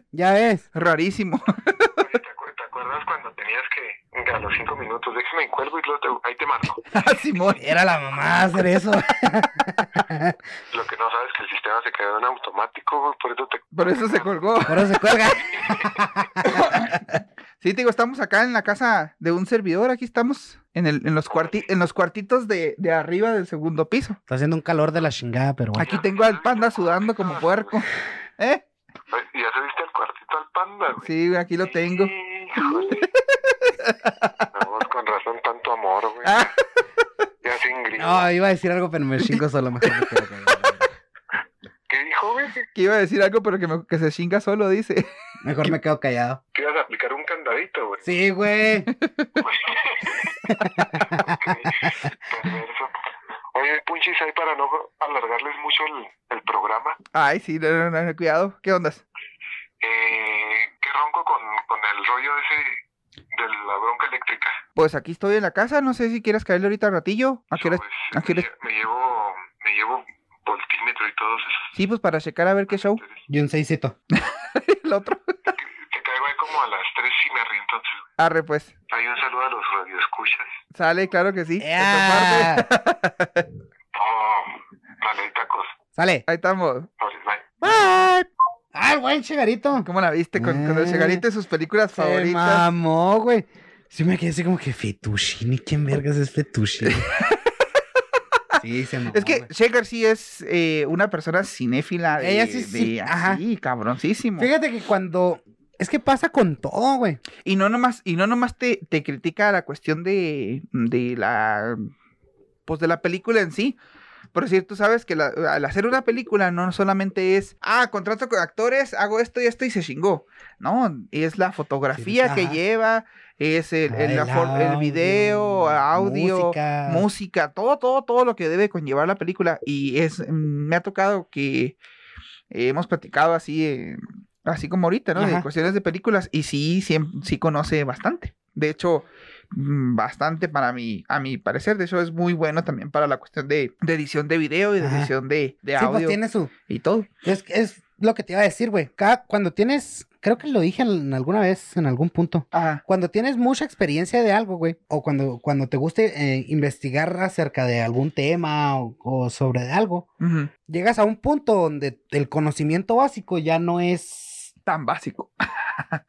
ya ves. Rarísimo. Oye, ¿Te, acuer- te acuerdas cuando tenías que. A los cinco minutos, déjame cuelgo y luego te- ahí te marco. Ah, Simón. Era la mamá hacer eso. Lo que no sabes es que el sistema se quedó en automático, güey, por eso te. Por eso se colgó. Por eso se cuelga. Sí, te digo, estamos acá en la casa de un servidor. Aquí estamos en, el, en, los, cuarti- en los cuartitos de, de arriba del segundo piso. Está haciendo un calor de la chingada, pero bueno. Aquí tengo al panda sudando como puerco. ¿Eh? Ay, ¿Ya subiste al cuartito al panda, güey? Sí, aquí lo tengo. Híjole. No, pues, con razón tanto amor, güey. Ah. Ya sin gringo. No, iba a decir algo, pero me chingo solo. Mejor me quedo callado. ¿Qué dijo, güey? Que iba a decir algo, pero que, me- que se chinga solo, dice. Mejor me quedo callado. Te ibas a aplicar un candadito, güey. Sí, güey. Perverso. Oye, Punchis, ahí para no alargarles mucho el, el programa, Ay, sí, no, no, no, no, cuidado. ¿Qué ondas? eh, ¿qué ronco con, con el rollo ese de la bronca eléctrica? Pues aquí estoy en la casa. No sé si quieres caerle ahorita al ratillo. ¿A qué hora- Pues, ¿A qué hora- Me llevo, me llevo voltímetro y todos esos. Sí, pues para checar a ver qué show. Y un seisito. El otro. Te caigo ahí como a las tres y me río entonces. Arre, pues. Hay un saludo a los radioescuchas. Sale, claro que sí. de tu parte. ¡Ea! Oh, vale, tacos. Sale. Ahí estamos. Vale, bye. Bye. Ah, el buen chigarito. ¿Cómo la viste? Con, con el Eh. Chegarito y sus películas Se favoritas. mamó, güey. Sí me quedé así como que Fettuccini. ¿Quién vergas es Fettuccini? sí, se mamó. Es que güey. Chegar sí es eh, una persona cinéfila. De, Ella sí, sí, de- ajá. así, cabroncísimo. Fíjate que cuando... Es que pasa con todo, güey. Y no nomás, y no nomás te, te critica la cuestión de, de la pues de la película en sí. Por decir, tú sabes que la- al hacer una película no solamente es, ah, contrato con actores, hago esto y esto y se chingó. No, es la fotografía Sí, que ajá. lleva, es el, el- la for- el audio, video, audio, música. música, todo, todo, todo lo que debe conllevar la película. Y es, mm, me ha tocado que eh, hemos platicado así, eh, así como ahorita, ¿no? De Ajá. cuestiones de películas. Y sí, sí, sí conoce bastante. De hecho, mm, bastante para mí, a mi parecer. De hecho, es muy bueno también para la cuestión de, de edición de video y de Ajá. edición de, de sí, audio pues tiene su... y todo. Es, es lo que te iba a decir, güey. Cada- Cuando tienes... Creo que lo dije en alguna vez, en algún punto. Ajá. Cuando tienes mucha experiencia de algo, güey, o cuando, cuando te guste eh, investigar acerca de algún tema o, o sobre algo, Ujú. llegas a un punto donde el conocimiento básico ya no es, Tan básico.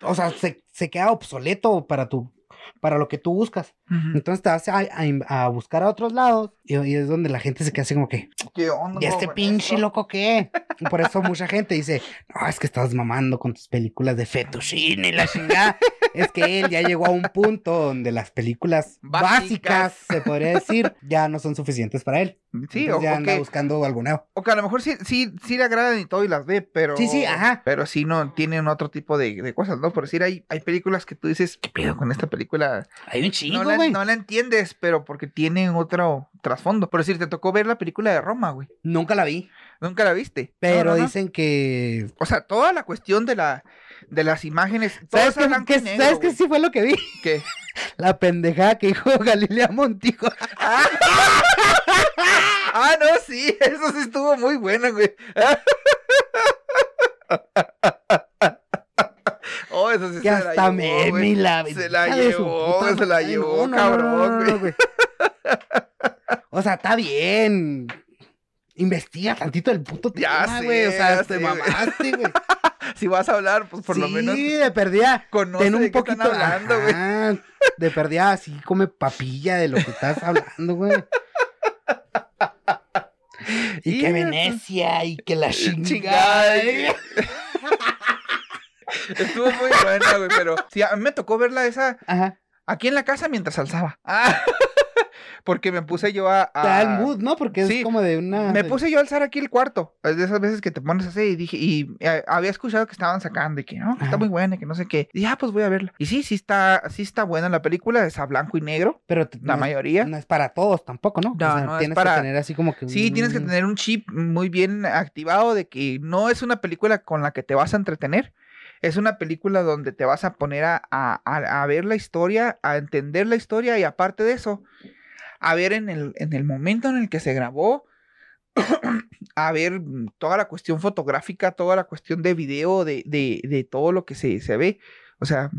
o sea, se, se queda obsoleto para tu, para lo que tú buscas. Ujú. Entonces te vas a, a in- a buscar a otros lados y, y es donde la gente se queda así como que, ¿Qué onda ¿y este con pinche esto? loco qué? Y por eso mucha gente dice, no, es que estás mamando con tus películas de fetuchine y la chingada. es que él ya llegó a un punto donde las películas Básicas. básicas, se podría decir, ya no son suficientes para él. Sí, o, Entonces ya o anda que, buscando algo nuevo. o que a lo mejor sí, sí, sí le agradan y todo y las ve, pero... Sí, sí, ajá. Pero sí no, tienen otro tipo de, de cosas, ¿no? Por decir, hay, hay películas que tú dices, ¿qué pedo con esta película? Hay un no, la, no la entiendes, pero porque tienen otro trasfondo. Por decir, te tocó ver la película de Roma, güey. Nunca la vi. Nunca la viste. Pero No, no, no. dicen que. O sea, toda la cuestión de la de las imágenes. todo es ¿Sabes a qué, blanco qué- y negro, ¿sabes qué güey. sí fue lo que vi? ¿Qué? La pendejada que dijo Galilea Montijo. Ah, no, sí, eso sí estuvo muy bueno, güey. Oh, eso sí Que se la hasta llevó, meme güey. la Se la hija de su llevó, puta se la madre. llevó, cabrón, güey. O sea, está bien. Investiga tantito el puto Ya tema, sé, güey. O sea, ya te sé, güey. mamaste, güey. Si vas a hablar, pues por lo menos Sí, de perdida. conoce Ten de un qué están poquito hablando, güey. Ajá, De perdida, así come papilla de lo que estás hablando, güey. Y Y- que Venecia, y que la Chingada, chingada. güey. ¿eh? Estuvo muy buena, güey, pero sí, a mí me tocó verla esa Ajá. aquí en la casa mientras alzaba. Ah, Porque me puse yo a. a- Te da el mood, ¿no? Porque Ah, Sí, es como de una. Me puse yo a alzar aquí el cuarto. Es de esas veces que te pones así y dije, y eh, había escuchado que estaban sacando y que no, que está Ajá. muy buena y que no sé qué. Y dije, ah, pues voy a verla. Y sí, sí está, sí está buena la película, es a blanco y negro, Pero te- la no, es- mayoría. no es para todos tampoco, ¿no? No, no, es tienes para- que tener así como que. Sí, tienes que un- tener un chip muy bien activado de que no es una película con la que te vas a entretener. Es una película donde te vas a poner a, a- a- a ver la historia, a entender la historia y aparte de eso, a ver en el, en el momento en el que se grabó, a ver mm, toda la cuestión fotográfica, toda la cuestión de video, de, de- de todo lo que se, se ve. O sea,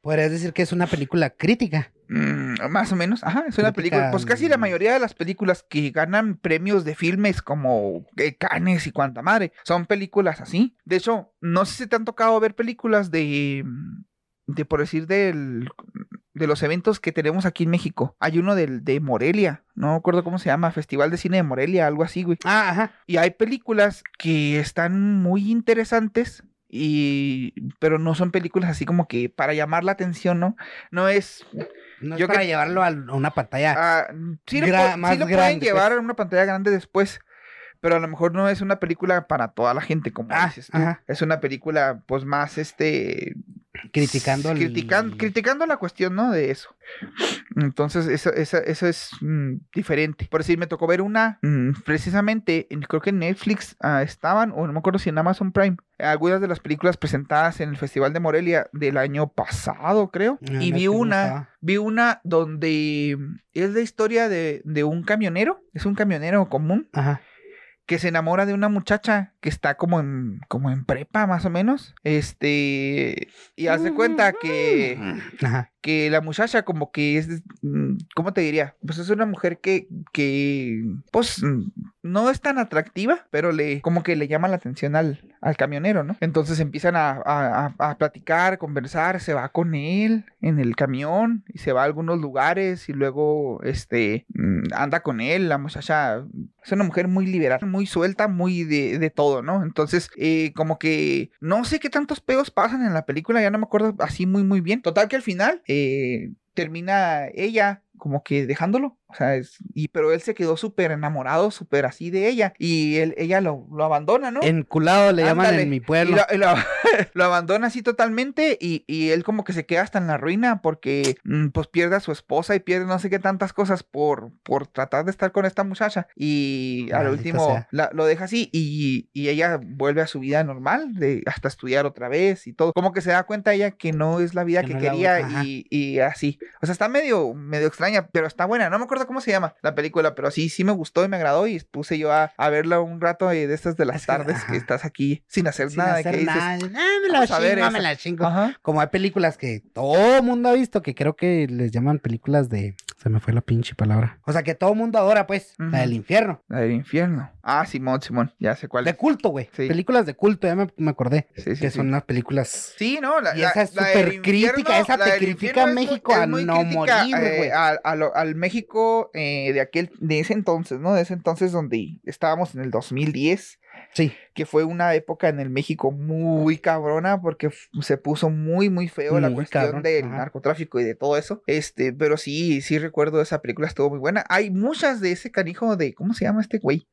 Podrías decir que es una película crítica. Mm, más o menos, ajá, es una película. Crítica, Pues casi la mm. mayoría de las películas que ganan premios de filmes como eh, Cannes y cuanta madre, son películas así. De hecho, no sé si te han tocado ver películas de, de por decir, del, de los eventos que tenemos aquí en México. Hay uno del, de Morelia, no me acuerdo cómo se llama, Festival de Cine de Morelia, algo así, güey. Ah, ajá. Y hay películas que están muy interesantes. Y, pero no son películas así como que para llamar la atención, ¿no? No es No es Yo para que- llevarlo a a una pantalla. Ah, sí lo, gra- pu- sí más lo pueden grande, llevar pues. a una pantalla grande después, pero a lo mejor no es una película para toda la gente, como Ah, dices tú. ajá. Es una película, pues, más este. criticando. el- critican- Criticando la cuestión, ¿no? De eso. Entonces, eso, esa- eso es mm, diferente. Por decir, me tocó ver una, mm, precisamente, en- creo que en Netflix ah, estaban, o no me acuerdo si en Amazon Prime, algunas de las películas presentadas en el Festival de Morelia del año pasado, creo. Ah, No, y no, vi que no una. estaba. Vi una donde mm, es la historia de, de un camionero, es un camionero común, Ajá. que se enamora de una muchacha que está como en, como en prepa, más o menos. Este, y hace cuenta que, Ajá. que la muchacha como que es, mm, ¿cómo te diría? Pues es una mujer que, que, pues, mm, no es tan atractiva, pero le, como que le llama la atención al, al camionero, ¿no? Entonces empiezan a, a- a- a platicar, conversar, se va con él en el camión y se va a algunos lugares y luego, este, mm, anda con él, la muchacha es una mujer muy liberal, muy suelta, muy de, de todo, ¿no? Entonces, eh, como que no sé qué tantos pedos pasan en la película, ya no me acuerdo así muy, muy bien. Total que al final eh, termina ella como que dejándolo, o sea, es- y pero él se quedó súper enamorado, súper así de ella, y él, ella lo, lo abandona, ¿no? Enculado le llaman Ándale. en mi Y pueblo. lo, y lo- lo abandona así totalmente y, y él como que se queda hasta en la ruina porque mm, pues pierde a su esposa y pierde no sé qué tantas cosas por, por tratar de estar con esta muchacha y al Maldita último sea. la- lo deja así y, y ella vuelve a su vida normal de hasta estudiar otra vez y todo como que se da cuenta ella que no es la vida Que que, no es la quería buena, ajá. y, y así o sea está medio medio extraña pero está buena no me acuerdo cómo se llama la película pero sí sí me gustó y me agradó y puse yo a, a verla un rato eh, de estas de las Es que- tardes que ajá. estás aquí sin hacer sin nada de hacer que dices, "Ah, nada. Ah, me la "Vamos a ver chingo, me esa". la chingo. Ajá. Ah, Como hay películas que todo mundo ha visto, que creo que les llaman películas de. Se me fue la pinche palabra. O sea, que todo mundo adora, pues. Ujú. La del infierno. La del infierno. Ah, Simón, Simón. Ya sé cuál. De es. culto, güey. Sí. Películas de culto, ya me, me acordé. Sí, sí, que sí. son las películas. Sí, no, la, Y la- esa es la del súper crítica, infierno- esa la te del critica infierno a es muy- México es a muy no crítica, morir, eh, güey. al, a lo- al México eh, de aquel, de ese entonces, ¿no? De ese entonces donde estábamos en el 2010, Sí. que fue una época en el México muy cabrona, porque f- se puso muy, muy feo la Muy cuestión cabrón, del ajá. narcotráfico y de todo eso. Este, pero sí, sí recuerdo esa película, estuvo muy buena. Hay muchas de ese canijo de, ¿cómo se llama este güey?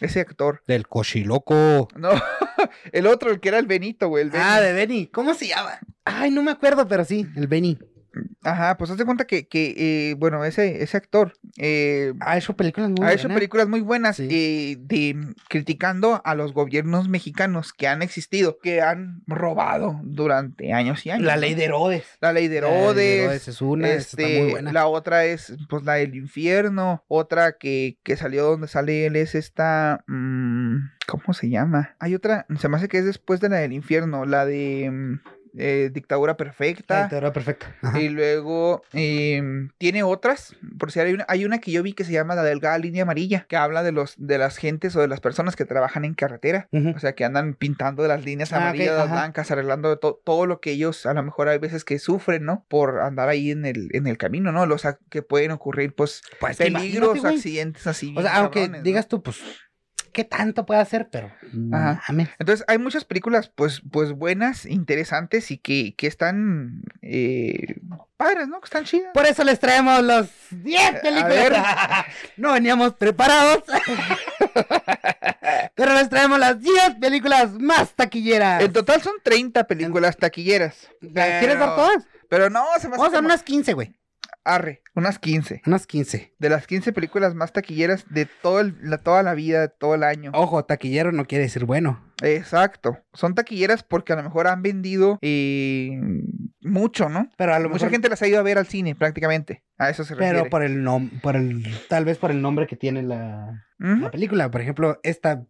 Ese actor. Del cochiloco. No, el otro, el que era el Benito, güey. el Ah, Benny. de Benny. ¿Cómo se llama? Ay, no me acuerdo, pero sí, el Benny. Ajá, pues hazte cuenta que, que eh, bueno, ese, ese actor eh, Ha hecho películas muy ha hecho buenas. películas muy buenas Sí. eh, de, criticando a los gobiernos mexicanos que han existido, que han robado durante años y años. La ¿no? ley de Herodes. La ley de Herodes. La ley de Herodes es una, esa está muy este, buena. la otra es pues la del infierno, otra que, que salió donde sale él es esta, mm, ¿cómo se llama? Hay otra, se me hace que es después de la del infierno, la de mm, eh, dictadura La perfecta. dictadura perfecta. Ajá. Y luego em, tiene otras, por si hay una, hay una que yo vi que se llama La Delgada Línea Amarilla, que habla de los de las gentes o de las personas que trabajan en carretera. Ujú. O sea, que andan pintando las líneas Ah, ok, amarillas, las ajá. blancas, arreglando to- todo lo que ellos a lo mejor hay veces que sufren, ¿no? Por andar ahí en el, en el camino, ¿no? Los ac- que pueden ocurrir, pues, Pues, peligros, imagínate, güey. accidentes así. O bien sea, aunque cabrones, ¿no? digas tú, pues, qué tanto puede hacer, pero no Ajá. mames. Entonces hay muchas películas pues, pues buenas, interesantes y que, que están eh, padres, ¿no? Que están chidas. Por eso les traemos los 10 películas. No veníamos preparados. Pero les traemos las 10 películas más taquilleras. En total son 30 películas taquilleras. ¿Las ¿Quieres dar pero- todas? Pero no, se me hace Vamos a dar como- unas 15, güey. Arre, unas 15. Unas 15. De las 15 películas más taquilleras de todo el- la, toda la vida, de todo el año. Ojo, taquillero no quiere decir bueno. Exacto. Son taquilleras porque a lo mejor han vendido eh, mucho, ¿no? Pero a lo Mucha mejor. gente las ha ido a ver al cine prácticamente. A eso se refiere. Pero por el nom- por el, tal vez por el nombre que tiene la, Ujú. la película. Por ejemplo, esta.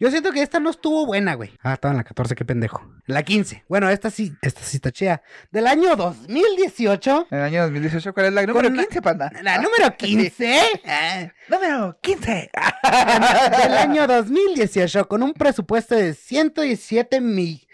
Yo siento que esta no estuvo buena, güey. Ah, estaba en la 14, qué pendejo. La 15. Bueno, esta sí, esta sí está chida. Del año 2018. En el año 2018, ¿cuál es la número Con la- 15, panda? La número 15. ah, número 15. del año 2018 con un presupuesto de 117 mil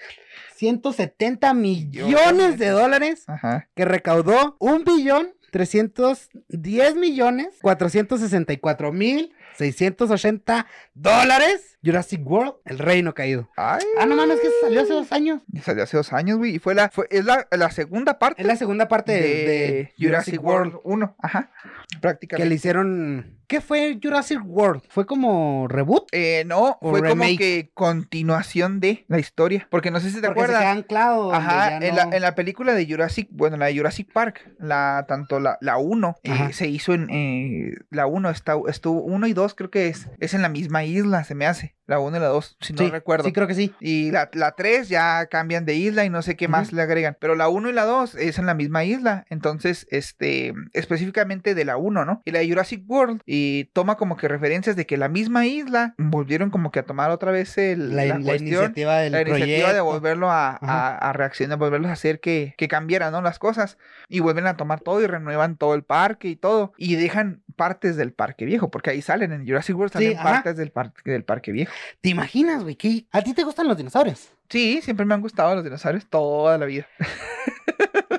170 millones de dólares Ajá. que recaudó un billón 310 millones 464 mil 680 dólares Jurassic World El Reino Caído Ay. Ah no mames que eso salió hace dos años Y Salió hace dos años, güey. Y fue la, fue, es la, la segunda parte es la segunda parte de, de Jurassic World 1. Ajá. que le Prácticamente. hicieron ¿Qué fue Jurassic World? ¿Fue como reboot? Eh, no, O fue como remake. que continuación de la historia. Porque no sé si te Porque se acuerdas. queda anclado donde Ajá, ya en, la, no- en la película de Jurassic, bueno, la de Jurassic Park, la tanto la, la 1 eh, Ajá. se hizo en eh, la 1 está estuvo 1 y 2 creo que es es en la misma isla, se me hace, la 1 y la 2, si no Sí, recuerdo. Sí, creo que sí. Y la, la 3 ya cambian de isla y no sé qué Ujú. más le agregan. Pero la 1 y la 2 es en la misma isla. Entonces, este, específicamente de la 1, ¿no? Y la de Jurassic World y toma como que referencias de que la misma isla volvieron como que a tomar otra vez el, la, la, la cuestión. iniciativa del La iniciativa proyecto. de volverlo a, a, Ajá. a reaccionar, volverlos a hacer que, que cambiaran ¿no? las cosas. Y vuelven a tomar todo y renuevan todo el parque y todo. Y dejan partes del parque viejo, porque ahí salen en Jurassic World, Sí, salen ajá. partes del parque, del parque viejo. ¿Te imaginas, güey? que ¿A ti te gustan los dinosaurios? Sí, siempre me han gustado los dinosaurios toda la vida.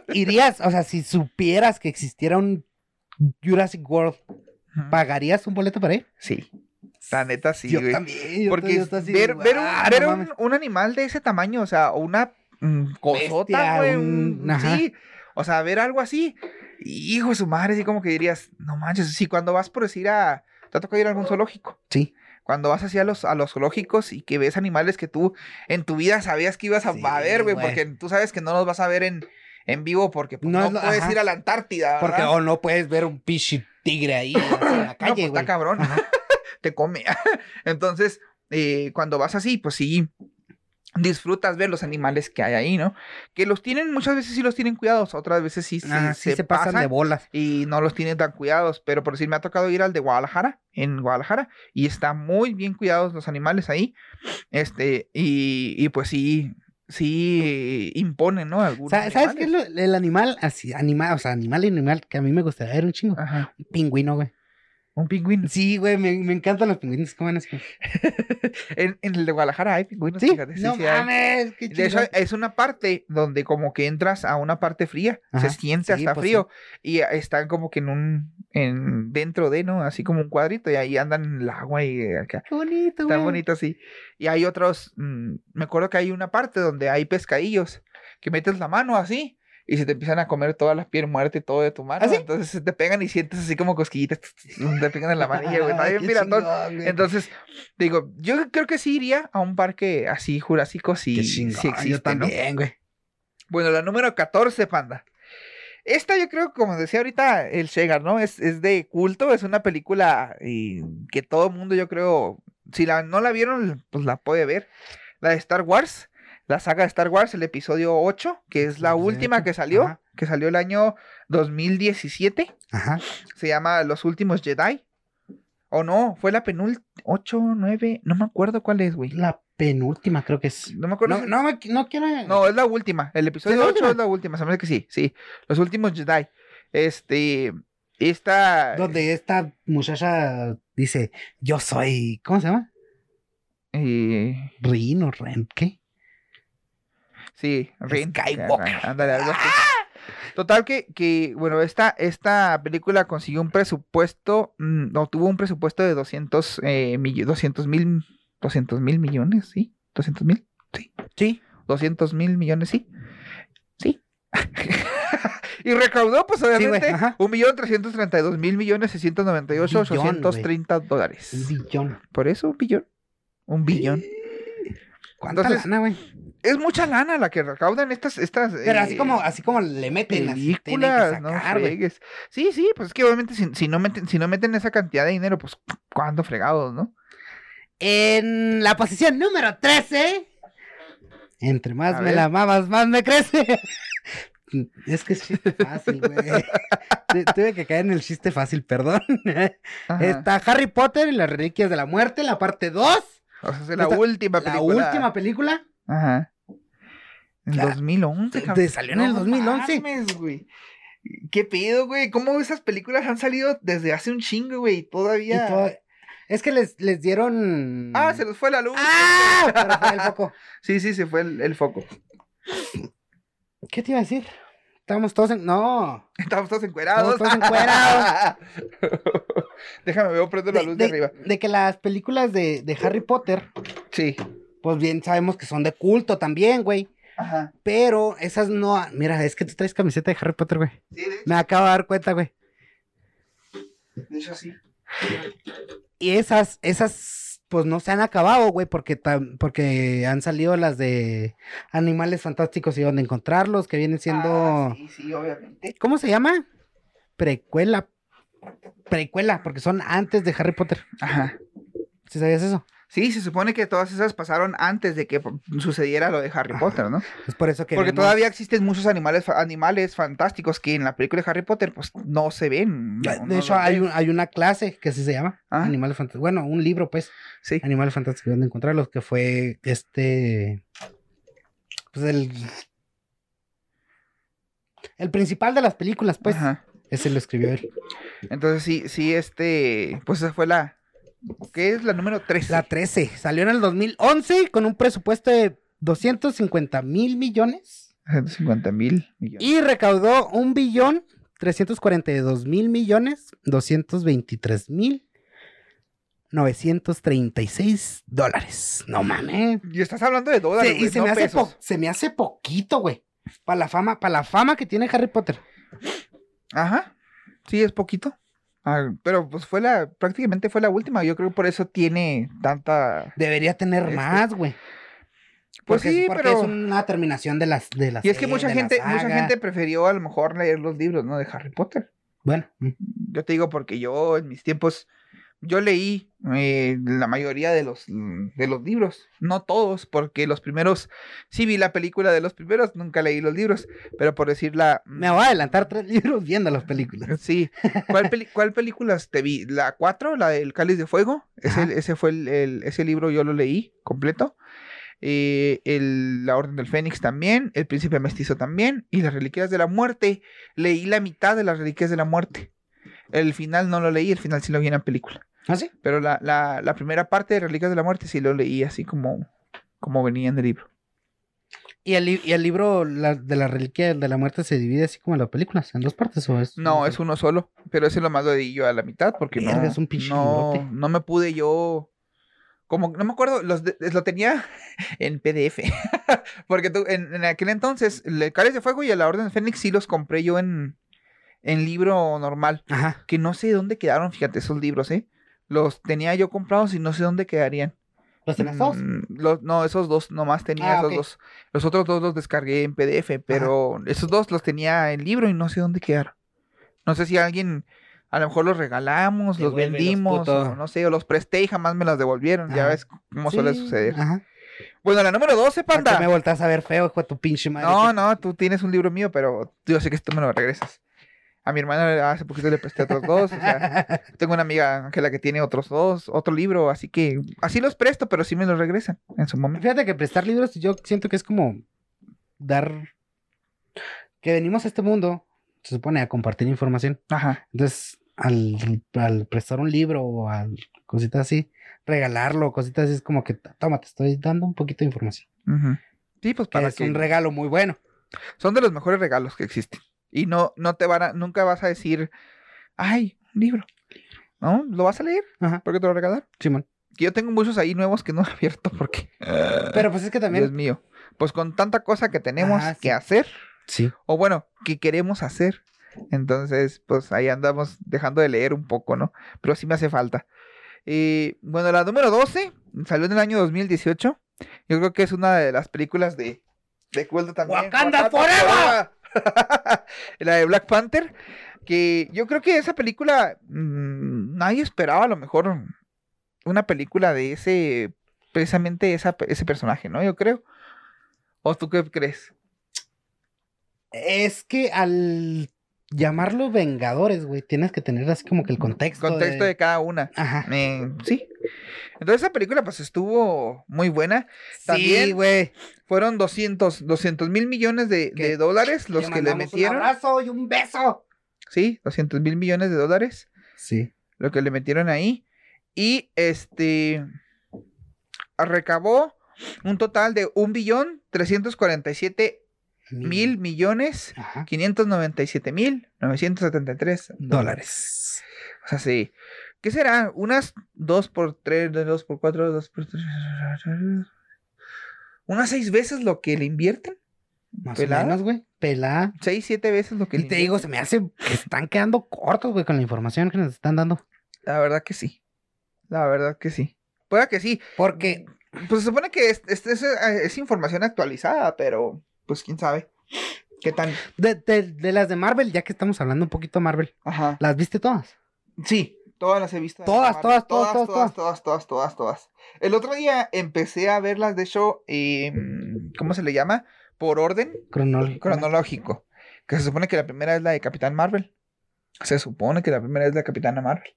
Irías, o sea, si supieras que existiera un Jurassic World, ¿pagarías un boleto para ir? Sí. La neta sí, yo güey. también. yo Porque también, yo así de, ver, ver un, "Ah, no ver un- mames". un animal de ese tamaño, o sea, o una mm, Bestia, cosota, güey. un- un- ajá. Sí. O sea, ver algo así. Hijo de su madre, así como que dirías, no manches, sí, cuando vas por decir a. Te ha tocado ir a algún zoológico. Sí. Cuando vas así a los, a los zoológicos y que ves animales que tú en tu vida sabías que ibas a, Sí, a ver, güey, güey. porque tú sabes que no los vas a ver en, en vivo porque pues, No no, es lo- puedes ajá. ir a la Antártida. Porque ¿verdad? o no puedes ver un pichi tigre ahí así, en la No, pues, calle, está güey. cabrón, ¿no? te come. Entonces, eh, cuando vas así, pues sí, disfrutas ver los animales que hay ahí, ¿no? Que los tienen, muchas veces sí los tienen cuidados, otras veces sí, sí Ah, sí se, pasan, de bolas. y no los tienen tan cuidados, pero por decir, me ha tocado ir al de Guadalajara, en Guadalajara, y está muy bien cuidados los animales ahí, este, y, y pues sí, sí imponen, ¿no? Sa- Algunos ¿Sabes qué es lo- el animal así, animal, o sea, animal y animal que a mí me gustaría ver un chingo? Ajá, Un pingüino, güey. un pingüino. Sí, güey, me, me encantan los pingüinos. ¿Cómo van así? En, en el de Guadalajara hay pingüinos, Sí, fíjate, no sí hay. mames, qué De hecho, chingón. es una parte donde como que entras a una parte fría, Ajá, se siente sí, hasta pues frío y eh, están como que en un, en, dentro de, ¿no? Así como un cuadrito y ahí andan en el agua y eh, acá. Qué bonito, Está güey. bonito así. Y hay otros, mm, me acuerdo que hay una parte donde hay pescadillos que metes la mano así y se te empiezan a comer todas las piel muerta y todo de tu mano. ¿Ah, sí? Entonces se te pegan y sientes así como cosquillitas, te pegan en la manilla, güey. Está Ay, bien qué piratón. chingón, güey. Entonces, digo, yo creo que sí iría a un parque así jurásico si, Qué si chingón, existe, yo ¿no? también, güey. Bueno, la número 14, panda. Esta yo creo, como decía ahorita el Shegar, ¿no? Es, es de culto, es una película y que todo el mundo yo creo, si la, no la vieron, pues la puede ver. La de Star Wars, la saga de Star Wars, el episodio 8, que es la Episodio última 8, que salió, ajá. que salió el año 2017 Ajá. se llama Los Últimos Jedi. O no, fue la penúltima. 8, 9, no me acuerdo cuál es, güey. La penúltima, creo que es. No me acuerdo. No, si- no, me- no quiero. No, es la última. El episodio la 8 última? es la última. Se me hace que sí, sí. Los Últimos Jedi. Este. Esta. Donde esta muchacha dice, yo soy. ¿Cómo se llama? eh, Rin o Ren, ¿qué? sí, Rin. Skywalker. Ándale, algo así. Total que, que bueno, esta, esta película consiguió un presupuesto, mm, no, tuvo un presupuesto de 200, eh, mill- 200 mil, 200 mil millones, ¿sí? 200 mil, Sí. 200 mil millones, ¿sí? Sí. y recaudó, pues obviamente, güey, ajá. 1.332.000 millones 698 Billón, güey. 830 dólares. Un billón. Por eso, un billón. Un billón. ¿Cuánta Entonces- lana, güey? Es mucha lana la que recaudan estas. estas eh, Pero así como, así como le meten así, tienen que películas, no sacar, güey. friegues. Sí, sí, pues es que obviamente si, si no meten, si no meten esa cantidad de dinero, pues cuándo fregados, ¿no? En la posición número 13. Entre más A me ver. la mamas, más me crece. Es que es chiste fácil, güey. Tu- Tuve que caer en el chiste fácil, perdón. Ajá. Está Harry Potter y las Reliquias de la Muerte, la parte 2. o sea, es la esta- última La película. última película. Ajá. En La- 2011, de- cabrón. salió en el 2011. mames, güey. ¿Qué pedo, güey? ¿Cómo esas películas han salido desde hace un chingo, güey? y y Todavía. todo- Es que les, les dieron. Ah, se los fue la luz. ¡Ah! Pero fue el foco. Sí, sí, se fue el, el foco. ¿Qué te iba a decir? Estábamos todos en. No. Estamos todos encuerados. Estamos todos encuerados. Déjame, veo prendo la luz de, arriba. de que las películas de, de Harry Potter, Sí. pues bien sabemos que son de culto también, güey. Ajá. Pero esas no. ha- Mira, es que tú traes camiseta de Harry Potter, güey. Sí, de, Me acabo de dar cuenta, güey. de hecho, sí. Y esas, esas, pues no se han acabado, güey, porque, tam- porque han salido las de Animales Fantásticos y dónde encontrarlos, que vienen siendo. Ah, sí, sí, obviamente. ¿Cómo se llama? Precuela. Precuela, porque son antes de Harry Potter. Ajá. ¿Sí sabías eso? Sí, se supone que todas esas pasaron antes de que sucediera lo de Harry Potter, ¿no? Es por eso que. Porque vemos- todavía existen muchos animales, fa- animales fantásticos que en la película de Harry Potter pues no se ven. De no- no hecho, los hay, ves. un- hay una clase que así se llama. Ah. Animales Fantásticos. Bueno, un libro, pues. Sí. Animales Fantásticos, dónde encontrarlos, que fue este. Pues el. El principal de las películas, pues. Ajá. Ese lo escribió él. Entonces sí, sí, este, pues esa fue la, ¿qué es la número 3? La 13. Salió en el 2011 con un presupuesto de 250 mil millones. 150 mil millones. Y recaudó un billón 342 mil millones 223 mil 936 dólares. No mames. Y, estás hablando de dólares, Se, y güey, se, no me hace pesos. po- se me hace poquito, güey. Para la fama, para la fama que tiene Harry Potter. Ajá, sí, es poquito. Ah, pero pues fue la, prácticamente fue la última, yo creo que por eso tiene tanta... Debería tener Este, más, güey. Pues Porque- sí, porque pero... es una terminación de las de las Y es que mucha gente, mucha gente prefirió a lo mejor leer los libros, ¿no? De Harry Potter. Bueno, mm, Yo te digo porque yo en mis tiempos, yo leí eh, la mayoría de los, mm, de los libros, no todos, porque los primeros, sí vi la película de los primeros, nunca leí los libros, pero por decir la... me voy a adelantar tres libros viendo las películas. Sí, ¿cuál, peli- cuál películas te vi? ¿La 4, la del Cáliz de Fuego? Ese, Ajá. ese fue el, el- ese libro yo lo leí completo. Eh, el- la Orden del Fénix también, El Príncipe Mestizo también, y las Reliquias de la Muerte. Leí la mitad de las Reliquias de la Muerte. El final no lo leí, el final sí lo vi en la película. ¿Ah, sí? Pero la, la- la primera parte de Reliquias de la Muerte sí lo leí así como, como venía en el libro. ¿Y el, li- y el libro la- de la reliquia de la muerte se divide así como en las películas, en dos partes o es? No, es uno solo, pero ese lo más lo di yo a la mitad porque no, Verga, es un pinche no, librote. no me pude yo. Como no me acuerdo, los de- lo tenía en PDF. porque tú- en, en aquel entonces, el Cáliz de Fuego y la Orden Fénix sí los compré yo en, en libro normal. Ajá. Que no sé dónde quedaron, fíjate, esos libros, ¿eh? Los tenía yo comprados y no sé dónde quedarían. ¿Los tenés todos? Mm, los- no, esos dos nomás tenía Ah, esos ok. dos. Los otros dos los descargué en PDF, pero esos dos los tenía en libro y no sé dónde quedaron. No sé si alguien, a lo mejor los regalamos, los Devuélvelos, vendimos, puto. o no sé, o los presté y jamás me las devolvieron. Ya Ajá. ves cómo suele Sí, suceder. Ajá. Bueno, la número 12, ¿Para panda. que me volteas a ver feo, hijo de tu pinche madre? No, no, tú tienes un libro mío, pero yo sé que tú me lo regresas. A mi hermana hace poquito le presté otros dos, o sea, tengo una amiga Ángela que tiene otros dos, otro libro, así que así los presto, pero sí me los regresan en su momento. Fíjate que prestar libros yo siento que es como dar... Que venimos a este mundo, se supone, a compartir información. Ajá. Entonces, al, al prestar un libro o al cositas así, regalarlo, cositas así, es como que, toma, te estoy dando un poquito de información. Ujú. Sí, pues Que para es que un regalo muy bueno. son de los mejores regalos que existen. Y no, no te van a, nunca vas a decir, ay, un libro. ¿No? ¿Lo vas a leer? Ajá. ¿Por qué te lo regalar? Simón. Que yo tengo muchos ahí nuevos que no he abierto porque, Eh, Pero pues es que Dios también. mío, pues con tanta cosa que tenemos Ajá, sí. que hacer, Sí. o bueno, que queremos hacer, entonces, pues ahí andamos dejando de leer un poco, ¿no? Pero sí me hace falta. Y bueno, la número 12 salió en el año 2018. Yo creo que es una de las películas de, de culto también. ¡Wakanda forever! forever! la de Black Panther. Que yo creo que esa película mm, nadie esperaba a lo mejor una película de ese, precisamente esa, ese personaje, ¿no? Yo creo. ¿O tú qué crees? Es que al llamarlo Vengadores, güey, tienes que tener así como que el contexto. Contexto de cada una. Ajá. Eh, sí. Entonces esa película pues estuvo muy buena. sí, También güey. fueron 200, 200 mil millones de, Que- de dólares los que le mandamos metieron. Un abrazo y un beso. Sí, 200 mil millones de dólares Sí. lo que le metieron ahí. Y este recabó un total de 1 billón 347 mil millones Mm. Ajá. 597 mil 973 dólares. Dólares. O sea, sí. ¿Qué será? Unas 2 por 3, 2 por 4, 2 por 3. Unas 6 veces lo que le invierten. Más ¿Pelada? o menos, güey. Pelada. 6, 7 veces lo que le Y te invierten. digo, se me hace que están quedando cortos, güey, con la información que nos están dando. La verdad que sí. La verdad que sí. Pueda que sí. Porque Pues se supone que es, es- es- eh, es información actualizada, pero pues quién sabe. ¿Qué tan? de, de- de las de Marvel, ya que estamos hablando un poquito de Marvel, Ajá. ¿las viste todas? Sí, todas las he visto. Todas, todas, todas, todas, todas, todas, todas, todas, todas. El otro día empecé a verlas, de hecho, eh, ¿cómo se le llama? Por orden. Cronol. cronológico. Que se supone que la primera es la de Capitán Marvel. Se supone que la primera es la de Capitana Marvel.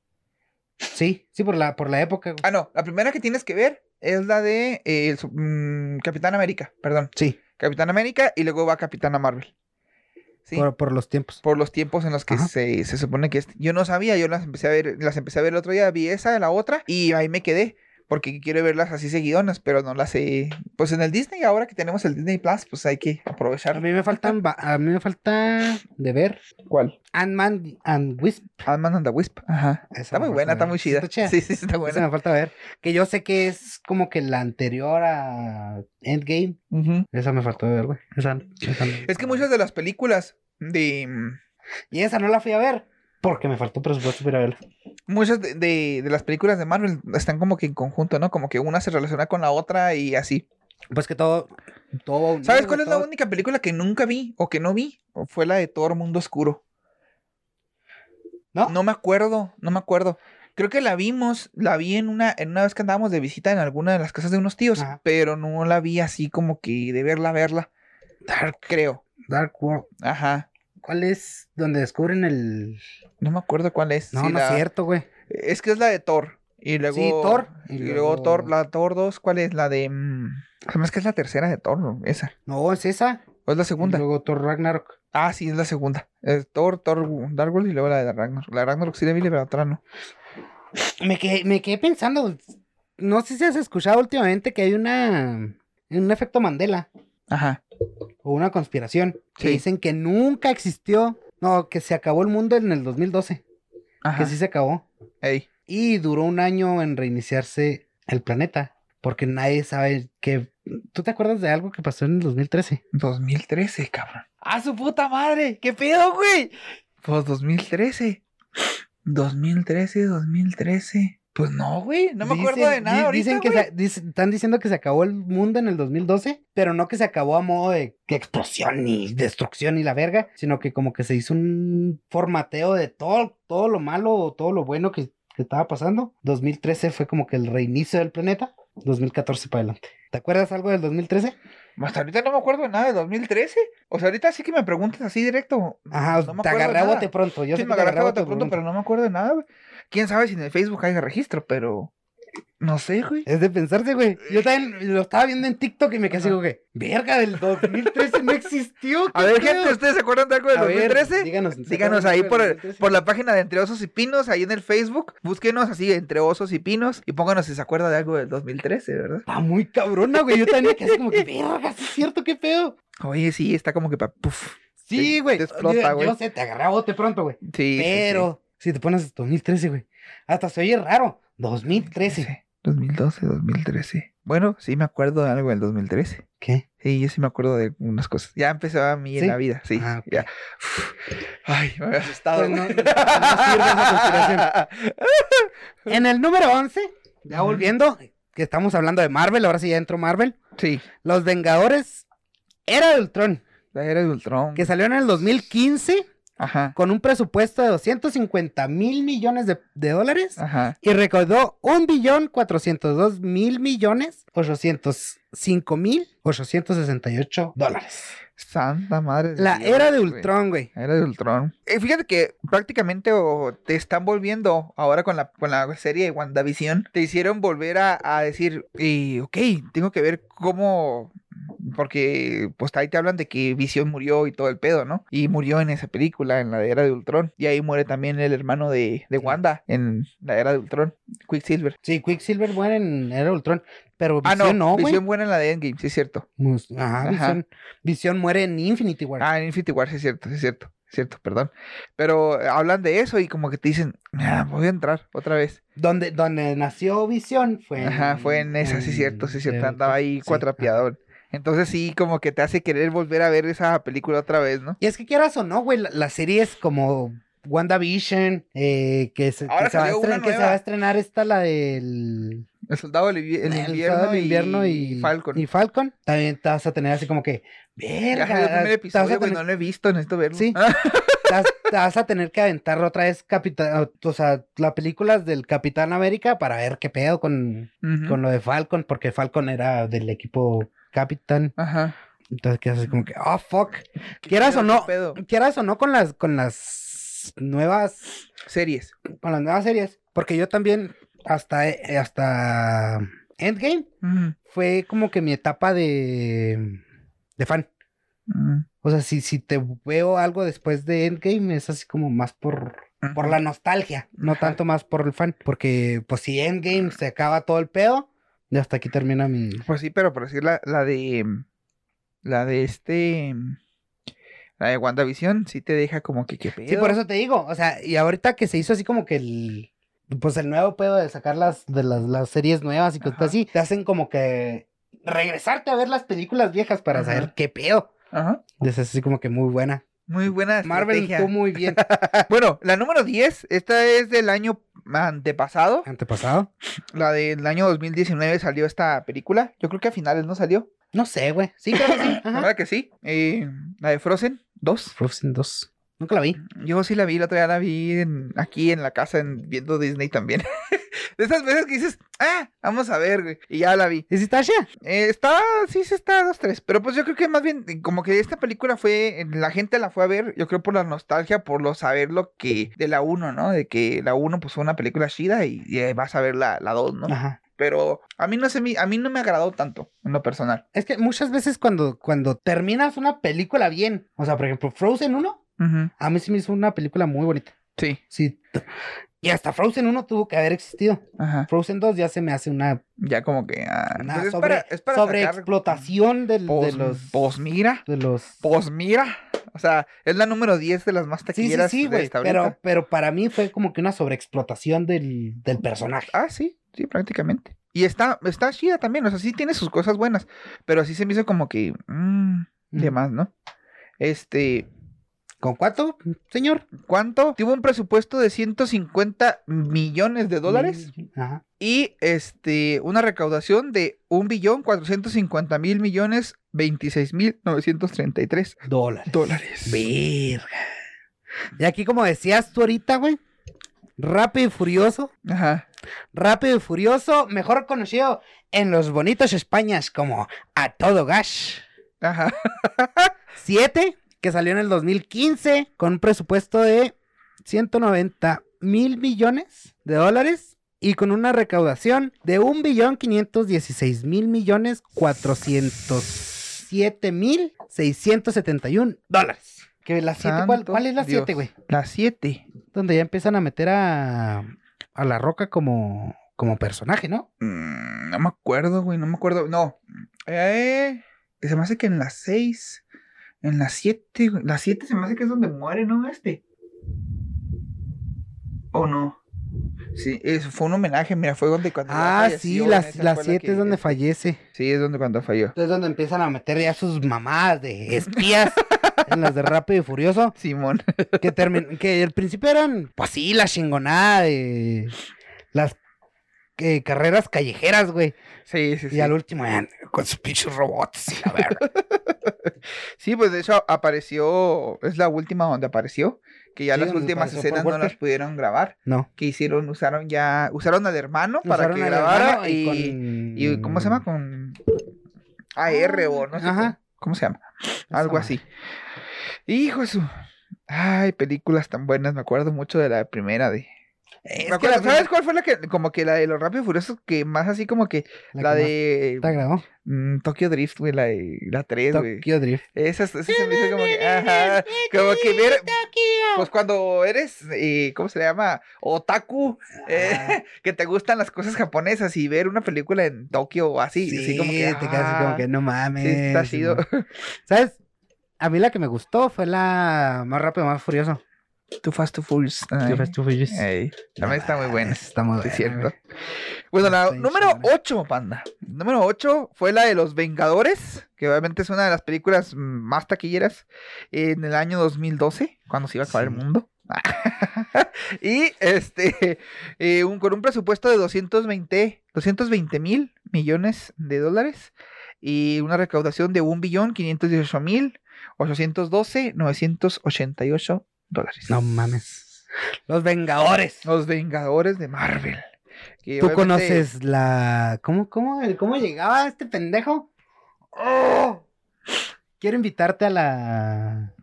Sí, sí, por la, por la época, güey. Ah, no, la primera que tienes que ver es la de eh, el su- mm, Capitán América, perdón. Sí, Capitán América y luego va Capitana Marvel. Sí. Por, por, por los tiempos. los tiempos en los que Ajá. se, se supone que es- yo no sabía, yo las empecé a ver, las empecé a ver el otro día, vi esa, la otra y ahí me quedé. Porque quiero verlas así seguidonas, pero no las he... Pues en el Disney, ahora que tenemos el Disney Plus, pues hay que A aprovechar. mí me faltan, ba- a mí me falta de ver ¿Cuál? Ant-Man and Wisp. Ant-Man and the Wisp. Ajá. Esa Está me muy falta buena, está ver. muy chida. Está chida. Sí, sí, está Esa buena. me falta ver. Que yo sé que es como que la anterior a Endgame. Ujú. Esa me faltó ver, güey. Esa- esa no. Es que muchas de las películas de mm, Y esa no la fui a ver porque me faltó presupuesto para verla. muchas de, de- de las películas de Marvel están como que en conjunto, ¿no? Como que una se relaciona con la otra y así. Pues que todo. todo va unido, ¿Sabes cuál es güey, la todo- única película que nunca vi o que no vi? O Fue la de Thor Mundo Oscuro. ¿No? No me acuerdo, no me acuerdo. Creo que la vimos, la vi en una, en una vez que andábamos de visita en alguna de las casas de unos tíos, Ajá. pero no la vi así como que de verla, verla. Dark, Creo. Dark World. Ajá. ¿Cuál es donde descubren el. No me acuerdo cuál es. No, si no la- es cierto, güey. Es que es la de Thor. Y luego. Thor. Y, Y luego, luego- Thor. La Thor 2, ¿cuál es? La de. mm, Además que es la tercera de Thor, ¿no? esa. No, es esa. ¿O es la Y segunda? luego Thor Ragnarok. Ah, sí, es la segunda. Es Thor, Thor, Dark World y luego la de Ragnarok. La de Ragnarok sí la vi, pero la otra no. Me quedé, me quedé pensando. No sé si has escuchado últimamente que hay una. Un efecto Mandela. Ajá. O una conspiración. Que Sí. dicen que nunca existió. No, que se acabó el mundo en el 2012. Ajá. Que sí se acabó. Ey. Y duró un año en reiniciarse el planeta. Porque nadie sabe que. ¿Tú te acuerdas de algo que pasó en el 2013? 2013, cabrón. ¡Ah, su puta madre! ¡Qué pedo, güey! Pues 2013. 2013, 2013. Pues no, güey. No me acuerdo de Dicen- nada di- ahorita. Dicen que güey. se- dic- están diciendo que se acabó el mundo en el 2012, pero no que se acabó a modo de que explosión y destrucción y la verga, sino que como que se hizo un formateo de todo, todo lo malo o todo lo bueno que, que estaba pasando. 2013 fue como que el reinicio del planeta, 2014 para adelante. ¿Te acuerdas algo del 2013? Pues, Hasta ahorita no me acuerdo de nada de 2013. O sea, ahorita sí que me preguntas así directo. Ajá, No me te acuerdo agarré a nada. bote pronto. Yo sí, sé me que te agarré agarré a bote bote pronto, pero no me acuerdo de nada, güey. Quién sabe si en el Facebook hay registro, pero. No sé, güey. Es de pensarse, güey. Yo también lo estaba viendo en TikTok y me quedé así, Ajá. como que, verga, del 2013 no existió. A ¿qué ver, pedo?" gente, ¿ustedes se acuerdan de algo del A ver, 2013? díganos, ¿se Díganos acuerdan ahí del por, 2013? por la página de Entre Osos y Pinos, ahí en el Facebook. Búsquenos así, Entre Osos y Pinos, y pónganos si se acuerda de algo del 2013, ¿verdad? Está Ah, muy cabrona, güey. Yo también me quedé así como que, verga, sí es cierto, qué pedo. Oye, sí, está como que pa- puf. Sí, güey. Te explota, Mira, güey. Yo sé, te agarré a bote pronto, güey. Sí, sí, sí. Pero si te pones 2013, güey. Hasta se oye raro. 2013. 2012, 2013. Bueno, sí me acuerdo de algo del 2013. ¿Qué? Sí, yo sí me acuerdo de unas cosas. Ya empezaba mi ¿Sí? en la vida, sí. Ah, ok. ya. Ay, me había asustado. Pues no- güey. no sirve esa En el número 11, ya Ujú. volviendo, que estamos hablando de Marvel, ahora sí ya entró Marvel. sí, Los Vengadores Era de Ultron, la era de Ultron. que salió en el 2015 Ajá, con un presupuesto de 250 mil millones de, de dólares ajá. y recaudó 1.402.000 mil millones 805 mil 868 dólares. Santa madre. de La Dios, Era de Pues güey. Ultron, güey. La Era de Ultron. Eh, fíjate que prácticamente o, te están volviendo ahora con la, con la serie de WandaVision. Te hicieron volver a, a decir, y, ok, tengo que ver cómo porque pues ahí te hablan de que Visión murió y todo el pedo, ¿no? Y murió en esa película, en la de Era de Ultron. Y ahí muere también el hermano de, de Wanda en la Era de Ultron, Quicksilver. Sí, Quicksilver muere en Era de Ultron, pero Ah, no, Visión no, güey. Visión muere en la de Endgame, sí es cierto. Mus- Ajá, Ajá. Visión, Visión muere en Infinity War. Ah, en Infinity War, sí es cierto, sí es cierto, es cierto, perdón. Pero eh, hablan de eso y como que te dicen, ah, voy a entrar otra vez. Donde, donde nació Visión fue en... Ajá, fue en esa, sí es cierto, sí es cierto, en- andaba ahí sí, ajá. cuatrapeador. Entonces sí, como que te hace querer volver a ver esa película otra vez, ¿no? Y es que quieras o no, güey, la- las series como WandaVision, eh, que, se, que Ahora se va a salió estren- una que se va a nueva. estrenar esta, la del... El soldado del invi- el el invierno, Soldado del y, Falcon. Y Falcon. También te vas a tener así como que... Ya Verga. salió el primer te vas a episodio, güey, tener- no lo he visto, necesito verlo. Sí. te vas, te vas a tener que aventar otra vez Capitán, o sea, las películas del Capitán América para ver qué pedo con, Ujú. con lo de Falcon, porque Falcon era del equipo Capitán. Ajá. Entonces quedas así como que, oh fuck. Quieras pedo, o no, qué pedo? quieras o no con las, con las nuevas, Series. con las nuevas series. Porque yo también, hasta, eh, hasta Endgame, Ujú, fue como que mi etapa de, de fan. ujú. O sea, si, si te veo algo después de Endgame, es así como más por, por la nostalgia, no Ajá. tanto más por el fan. Porque, pues, si Endgame se acaba todo el pedo, y hasta aquí termina mi. Pues sí, pero por decir la, la de... mm, La de este... mm, La de WandaVision sí te deja como que qué pedo. Sí, por eso te digo. O sea, y ahorita que se hizo así como que el. Pues el nuevo pedo de sacar las, de las, las series nuevas y cosas Ajá. así, te hacen como que regresarte a ver las películas viejas para Ajá. saber qué pedo. Ajá. Y Es así como que muy buena. Muy buena Marvel estrategia. estuvo muy bien. Bueno, la número 10, esta es del año antepasado. Ah. Antepasado. La del año 2019 salió esta película. Yo creo que a finales no salió. No sé, güey. Sí, creo que sí. Ajá. ¿Verdad que sí? Eh, la de Frozen 2. Frozen 2. Nunca la vi. Yo sí la vi, la otra día la vi en- aquí en la casa en- viendo Disney también. De esas veces que dices, ah, vamos a ver, güey. Y ya la vi. ¿Es Tasha? Eh, está, sí, sí está, dos, tres. Pero pues yo creo que más bien, eh, como que esta película fue, eh, la gente la fue a ver, yo creo por la nostalgia, por lo saber lo que, de la 1, ¿no? De que la 1 pues fue una película chida y, y, eh, vas a ver la 2, ¿no? Ajá. Pero a mí no se me, a mí no me agradó tanto en lo personal. Es que muchas veces cuando, cuando terminas una película bien, o sea, por ejemplo, Frozen 1, a mí sí me hizo una película muy bonita. Sí, Sí. t- Y hasta Frozen 1 tuvo que haber existido. ajá. Frozen 2 ya se me hace una, Ya como que. ah, una pues es sobre, para, es para sacar- sobreexplotación del- de, Pos, los... pos mira, de los... pos mira. O sea, es la número 10 de las más sí, sí, taquilleras sí, de güey. esta Pero, ahorita. pero para mí fue como que una sobreexplotación del, del personaje. Ah, sí, sí, prácticamente. Y está, está chida también, o sea, sí tiene sus cosas buenas, pero sí se me hizo como que mm, de más, ¿no? Este, ¿Con cuánto, señor? ¿cuánto? Tuvo un presupuesto de 150 millones de Mm. dólares Ajá. y este, una recaudación de 1.450.000 millones 26.933 Dólares. dólares. Verga. Y aquí, como decías tú ahorita, güey, Rápido y Furioso, Ajá. Rápido y Furioso, mejor conocido en los bonitos Españas como A Todo Gas. Ajá. 7, que salió en el 2015 con un presupuesto de 190 mil millones de dólares y con una recaudación de 1.516.000 millones 407 mil 671 dólares. Que la siete, ¿cuál, Santo cuál es la Dios. 7, güey? La 7. Donde ya empiezan a meter a, a la roca como, como personaje, ¿no? Mm, no me acuerdo, güey, no me acuerdo. No. Eh, se me hace que en la 6. En la 7, güey. La 7 se me hace que es donde muere, ¿no? Este. ¿O no? Sí, eso fue un homenaje, mira, fue donde cuando Ah, falleció, sí, en la esa fue 7 que- es donde fallece. Sí, es donde cuando falló. Es donde empiezan a meter ya sus mamadas de espías en las de Rápido y Furioso. Simón. que termin- que al principio eran, pues sí, la chingonada de las eh, carreras callejeras, güey. Sí, sí, sí. Y al último, ya, con sus pinches robots y la verga. Sí, pues de hecho apareció, es la última donde apareció, que ya Sí, las donde últimas apareció Paul escenas no Walker. las pudieron grabar, No. que hicieron, usaron ya, usaron al hermano para Usaron que al grabara hermano y, con- y ¿cómo se llama? Con AR o no sé Ajá. cómo, ¿cómo se llama, algo madre. así. Hijo de su, ay, películas tan buenas, me acuerdo mucho de la primera de... Es me que la acuerdo, primera- ¿Sabes cuál fue la que, como que la de los Rápidos y Furiosos, que más así como que la, que más de te agradó? mm, Tokyo Drift, güey, la, de- la 3, güey. Tokyo Drift. Esas, esas se me hizo como que, ajá, como que ver, pues cuando eres, eh, ¿cómo se le llama? Otaku, eh, Ah. que te gustan las cosas japonesas y ver una película en Tokio o así, así como que, te quedas así como que no ah, mames. sí, está chido. ¿Sabes? A mí la que me gustó fue la más rápido, más furioso. Too Fast, Too Furious. Too Fast, Too Furious. Ey, Eh, también está muy buena. Está muy sí, Es buena, cierto. güey. Bueno, la Está bien número chingona. 8, panda. Número 8 fue la de Los Vengadores, que obviamente es una de las películas mm, más taquilleras en el año 2012, cuando se iba a acabar Sí. el mundo. y este, eh, un- con un presupuesto de 220 220 mil millones de dólares y una recaudación de 1.518.812.988 dólares. No mames. Los Vengadores. Los Vengadores de Marvel. que Tú obviamente- conoces la. ¿Cómo, cómo, el- cómo llegaba este pendejo? ¡Oh! Quiero invitarte a la.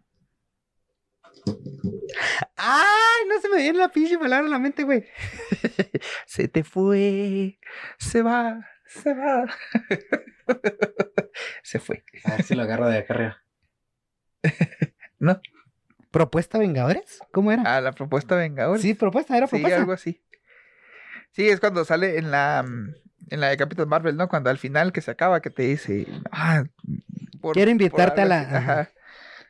¡Ay! No se me viene la pinche palabra a la mente, güey. Se te fue, se va, se va. se fue. A ver si lo agarro de acá arriba. ¿Propuesta Vengadores? ¿Cómo era? A Ah, la propuesta Vengadores. Mm. sí, propuesta, era Sí, propuesta. algo así. Sí, es cuando sale en la mm, en la de Capitán Marvel, ¿no? Cuando al final que se acaba que te dice, ah, por- Quiero por invitarte a algo la- así". Ajá.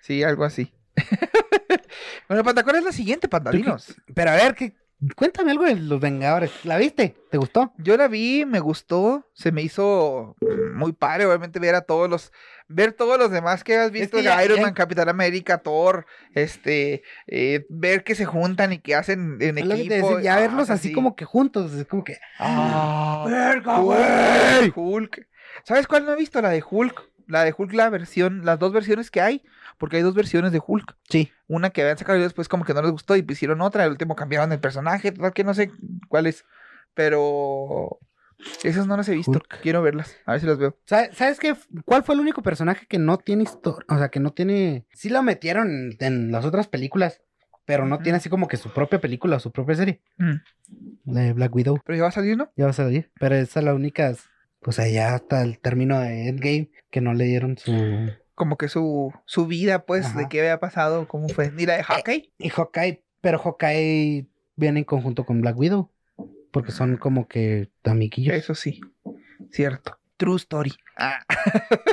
Sí, algo así. bueno, Panda, ¿cuál es la siguiente, qué- Pandalinos? Pero a ver, ¿qué- cuéntame algo de los Vengadores. ¿La viste? ¿Te gustó? Yo la vi, me gustó, se me hizo mm, muy padre, obviamente ver a todos los, ver todos los demás que has visto, que ya- Iron ya- Man, Capitán América, Thor, este, eh, ver que se juntan y que hacen en Es equipo. lo que te decía, ya ah, verlos así sí. como que juntos. Es como que. Ah, ¡Verga, Hulk, Hulk. ¿Sabes cuál no he visto? La de Hulk. La de Hulk, la versión, las dos versiones que hay, porque hay dos versiones de Hulk. Sí. Una que habían sacado y después como que no les gustó y pues hicieron otra, el último cambiaron el personaje, total que no sé cuál es. Pero esas no las he visto. Hulk. Quiero verlas. A ver si las veo. ¿Sabe- ¿Sabes qué? ¿Cuál fue el único personaje que no tiene historia? O sea, que no tiene. Sí lo metieron en, en las otras películas, pero no Ujú. tiene así como que su propia película o su propia serie. Mm. La de Black Widow, Pero ya va a salir, ¿no? ya vas a salir. Pero esa es la única. O sea, ya hasta el término de Endgame que no le dieron su. Como que su, su vida, pues, de Ajá. Eh, qué había pasado, cómo fue. Ni la de Hawkeye. Y Hawkeye, pero Hawkeye viene en conjunto con Black Widow. Porque son como que amiguillos. Eso sí. Cierto. True story. Ah.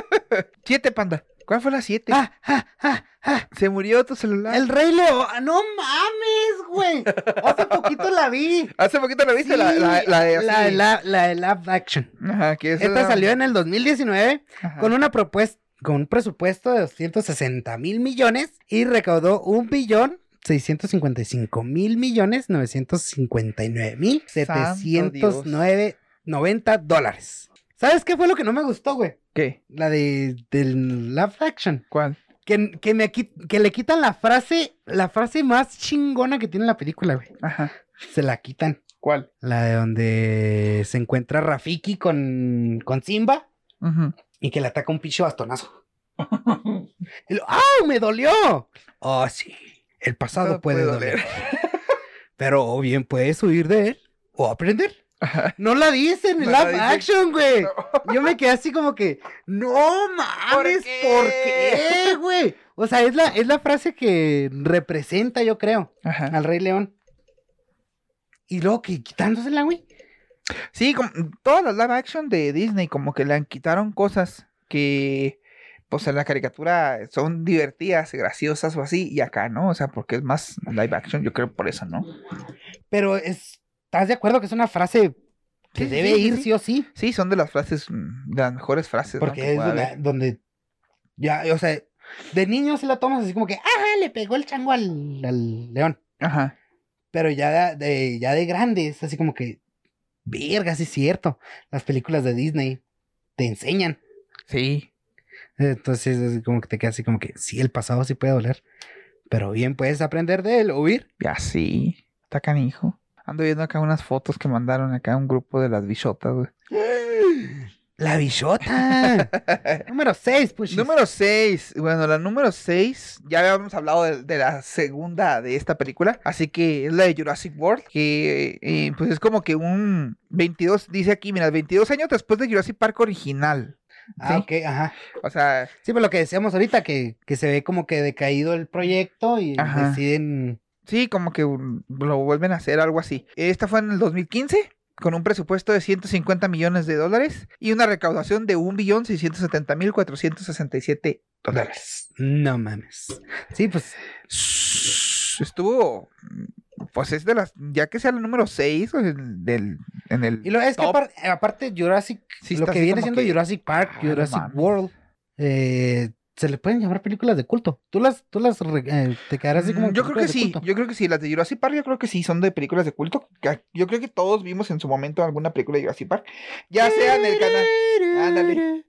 siete, panda. ¿Cuál fue la siete? ¡Ah, ah, ah, ah! Se murió tu celular. El Rey León. ¡No mames, güey! Hace poquito la vi. Hace poquito la viste, la, la, Sí, la de la así. de la- la de live action. Ajá, que esa Esta era- salió en el 2019 Ajá. con una propuesta con un presupuesto de 260 mil millones y recaudó un billón 655 mil millones 959 mil Santo 709 90 dólares. ¿Sabes qué fue lo que no me gustó, güey? ¿Qué? La de del live action. ¿Cuál? Que, que me, qui- que le quitan la frase, la frase más chingona que tiene la película, güey. Ajá. Se la quitan. ¿Cuál? La de donde se encuentra Rafiki con, con Simba Ujú. y que le ataca un pinche bastonazo. Y lo- ¡Ah! ¡Me dolió! Oh, sí. El pasado Todo puede, Ah, puede doler. Pero o bien puedes huir de él o aprender. No la dicen en No el la live dicen. action, güey. Yo me quedé así como que, no mames, qué? ¿por qué, güey? O sea, es la, es la frase que representa, yo creo, Ajá. al Rey León. Y luego que quitándosela, güey. Sí, como- todas las live action de Disney como que le han quitaron cosas que pues en la caricatura son divertidas, graciosas o así, y acá no, o sea, porque es más live action, yo creo por eso, ¿no? Pero es, ¿estás de acuerdo que es una frase que Sí, sí, debe sí, ir sí. sí o sí? Sí, son de las frases, mm, de las mejores frases. ¿no? que Porque es pueda donde, haber. donde ya, o sea, de niño se la tomas así como que, ajá, le pegó el chango al, al león. Ajá. Pero ya de, de- ya de grande es así como que, verga, sí es cierto. Las películas de Disney te enseñan. Sí. Entonces es como que te quedas así como que, sí, el pasado sí puede doler. Pero bien puedes aprender de él, huir. Ya sí. Está canijo. Ando viendo acá unas fotos que mandaron acá un grupo de las bichotas, güey. La billota. Número 6, pues. Número 6. Bueno, la número 6. Ya habíamos hablado de, de la segunda de esta película. Así que es la de Jurassic World. Que eh, pues es como que un 22. Dice aquí, mira, 22 años después de Jurassic Park original. Ah, ¿sí? ok, ajá. O sea, Sí, pero lo que decíamos ahorita, que, que se ve como que decaído el proyecto y Ajá. deciden. sí, como que un- lo vuelven a hacer, algo así. Esta fue en el 2015. Con un presupuesto de 150 millones de dólares y una recaudación de 1.670.467 dólares. No mames. Sí, pues. Estuvo. Pues es de las. Ya que sea el número 6 en, del, en el. Y lo es que top, apar- aparte, Jurassic, sí lo está que así viene como siendo que- Jurassic Park, Ah, no Jurassic mames. World, eh, se le pueden llamar películas de culto. Tú las, tú las re- eh, te quedarás así como. Mm, Yo creo que películas de sí, culto. yo creo que sí. Las de Jurassic Park, yo creo que sí, son de películas de culto. que- Yo creo que todos vimos en su momento alguna película de Jurassic Park. Ya sea en el canal. Ándale.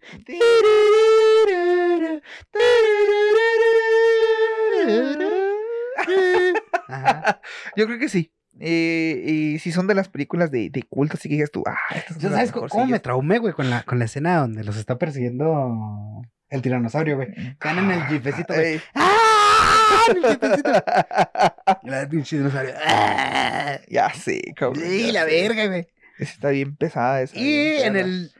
Ajá. Yo creo que sí. Eh, y si son de las películas de, de culto, así que digas tú, ah, estas son Yo las sabes co- cómo me mejorcillas. traumé, güey, con la, con la escena donde los está persiguiendo el tiranosaurio, güey. Están en el jipecito, güey. Eh, ¡Ah! En el jeepecito. La pinche dinosaurio. ¡Ah! ya sé, cabrón. Sí, ya la sé. verga, güey. Esa está bien pesada esa. Y bien en perra. el.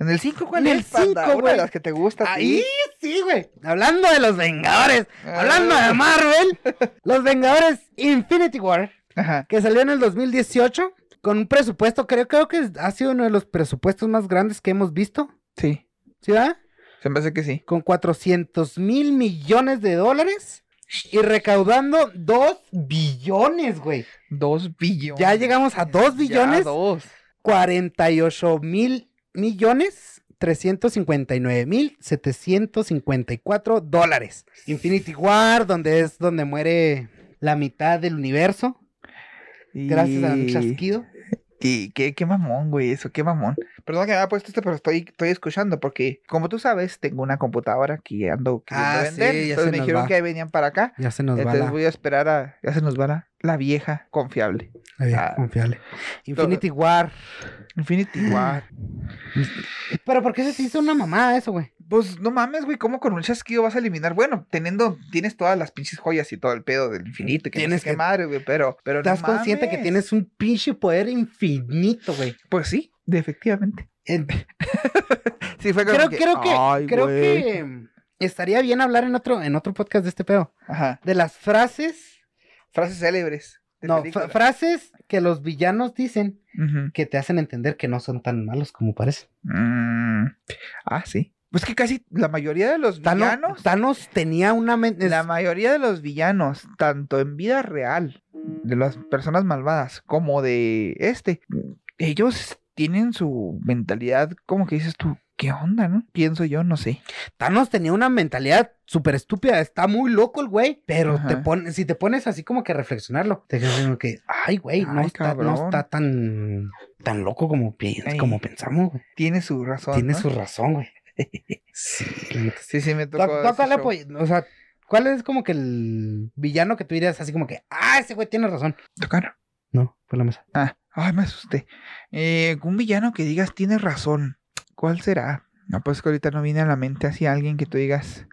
En el 5, ¿cuál en el es, panda? cinco, Una de güey. las que te gusta a ti. Ahí sí, güey. Hablando de los Vengadores. Ah. Hablando de Marvel. Los Vengadores Infinity War. Ajá. Que salió en el 2018. Con un presupuesto, creo, creo que ha sido uno de los presupuestos más grandes que hemos visto. Sí. ¿Sí, verdad? Se me hace que sí. con 400 mil millones de dólares y recaudando 2 billones, güey. Dos billones. Ya llegamos a 2 billones, Ya dos. 48 mil millones, 359 mil 754 dólares. Infinity War, donde es donde muere la mitad del universo, gracias a un Y- chasquido. Y qué, qué mamón, güey, eso, qué mamón. Perdón que me haya puesto esto, pero estoy, estoy escuchando porque, como tú sabes, tengo una computadora que ando queriendo Ah, sí, vender. ya se entonces me nos dijeron va. que ahí venían para acá. Ya se nos va entonces la, voy a esperar a... Ya se nos va la, la vieja confiable. la vieja ah. confiable. Infinity War. Infinity War. Pero ¿por qué se te hizo una mamada eso, güey? Pues no mames, güey, ¿cómo con un chasquido vas a eliminar? Bueno, teniendo, tienes todas las pinches joyas y todo el pedo del infinito, y que tienes Tienes que que- madre, güey, pero, pero no Estás consciente que mames. tienes un pinche poder infinito, güey. Pues sí, de- efectivamente. En- Sí, fue como creo, creo que, "Ay, creo güey". que estaría bien hablar en otro, en otro podcast de este pedo. Ajá. De las frases. Frases célebres. de No, película. fra- frases que los villanos dicen Ujú. que te hacen entender que no son tan malos como parecen. Mm, Ah, sí. Pues que casi la mayoría de los Thanos, villanos, Thanos tenía una mente. la mayoría de los villanos, tanto en vida real, de las personas malvadas, como de este, ellos tienen su mentalidad como que dices tú, ¿qué onda, no? Pienso yo, no sé. Thanos tenía una mentalidad súper estúpida. Está muy loco el güey. Pero Ajá. te pone, si te pones así como que a reflexionarlo, te quedas así como que, ay, güey, no, Ay, está, no cabrón. está tan, tan loco como, pi- Ey. como pensamos, güey. Tiene su razón. Tiene ¿no? su razón, güey. sí, la neta, Sí, sí, me Tú- tocó. tú ese acá le show. apoy- o sea, ¿cuál es como que el villano que tú dirías así como que, ah, ese güey tiene razón? ¿Tocaron? No, fue la mesa. Ah, ay, me asusté. Eh, un villano que digas, tienes razón. ¿Cuál será? No, pues que ahorita no viene a la mente así alguien que tú digas.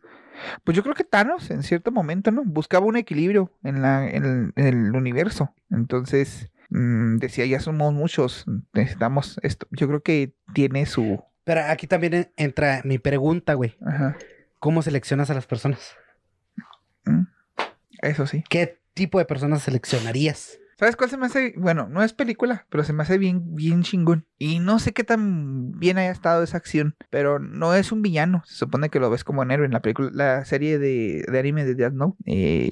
Pues yo creo que Thanos, en cierto momento, ¿no? Buscaba un equilibrio en, la, en, el, en el universo. Entonces, mm, decía, ya somos muchos, necesitamos esto. Yo creo que tiene su... Pero aquí también en- entra mi pregunta, güey. Ajá, ¿Cómo seleccionas a las personas? eso sí. ¿Qué tipo de personas seleccionarías? ¿Sabes cuál se me hace? Bueno, no es película, pero se me hace bien, bien chingón. Y no sé qué tan bien haya estado esa acción, pero no es un villano. Se supone que lo ves como un héroe en la película, la serie de, de anime de Death Note. Eh,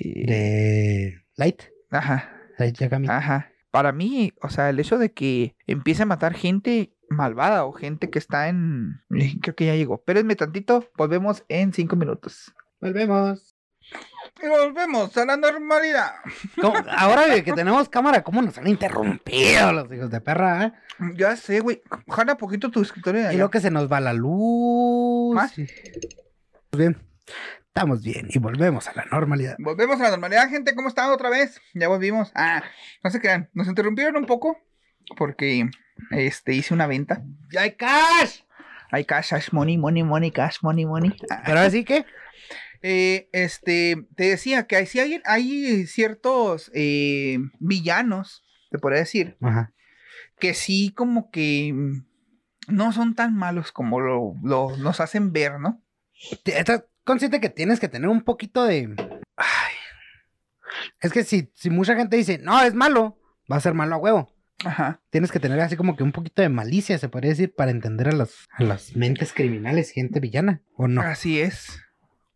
De Light. Ajá, Light Yagami. ajá. Para mí, o sea, el hecho de que empiece a matar gente malvada o gente que está en... eh, Creo que ya llegó. Espérenme tantito, volvemos en cinco minutos. Volvemos. Y volvemos a la normalidad. ¿Cómo- Ahora güey, que tenemos cámara, ¿cómo nos han interrumpido los hijos de perra? eh? Ya sé, güey. Jala poquito tu escritorio de Y allá. lo que se nos va la luz. ¿Más? y- Pues bien, estamos bien y volvemos a la normalidad. Volvemos a la normalidad, gente. ¿Cómo están otra vez? Ya volvimos. Ah, no se crean. Nos interrumpieron un poco porque este, hice una venta. ¡Ya hay cash! Hay cash, cash, money, money, money, cash, money, money. Ah, Pero así que, eh, este, te decía que hay, sí hay, hay ciertos eh, villanos, te podría decir, ajá, que sí como que mm, no son tan malos como lo, lo- nos hacen ver, ¿no? te- estás consciente que tienes que tener un poquito de. Ay. Es que si, si mucha gente dice, no, es malo, va a ser malo a huevo. Ajá. Tienes que tener así como que un poquito de malicia, se podría decir, para entender a las, a las mentes criminales, gente villana, ¿o no? Así es.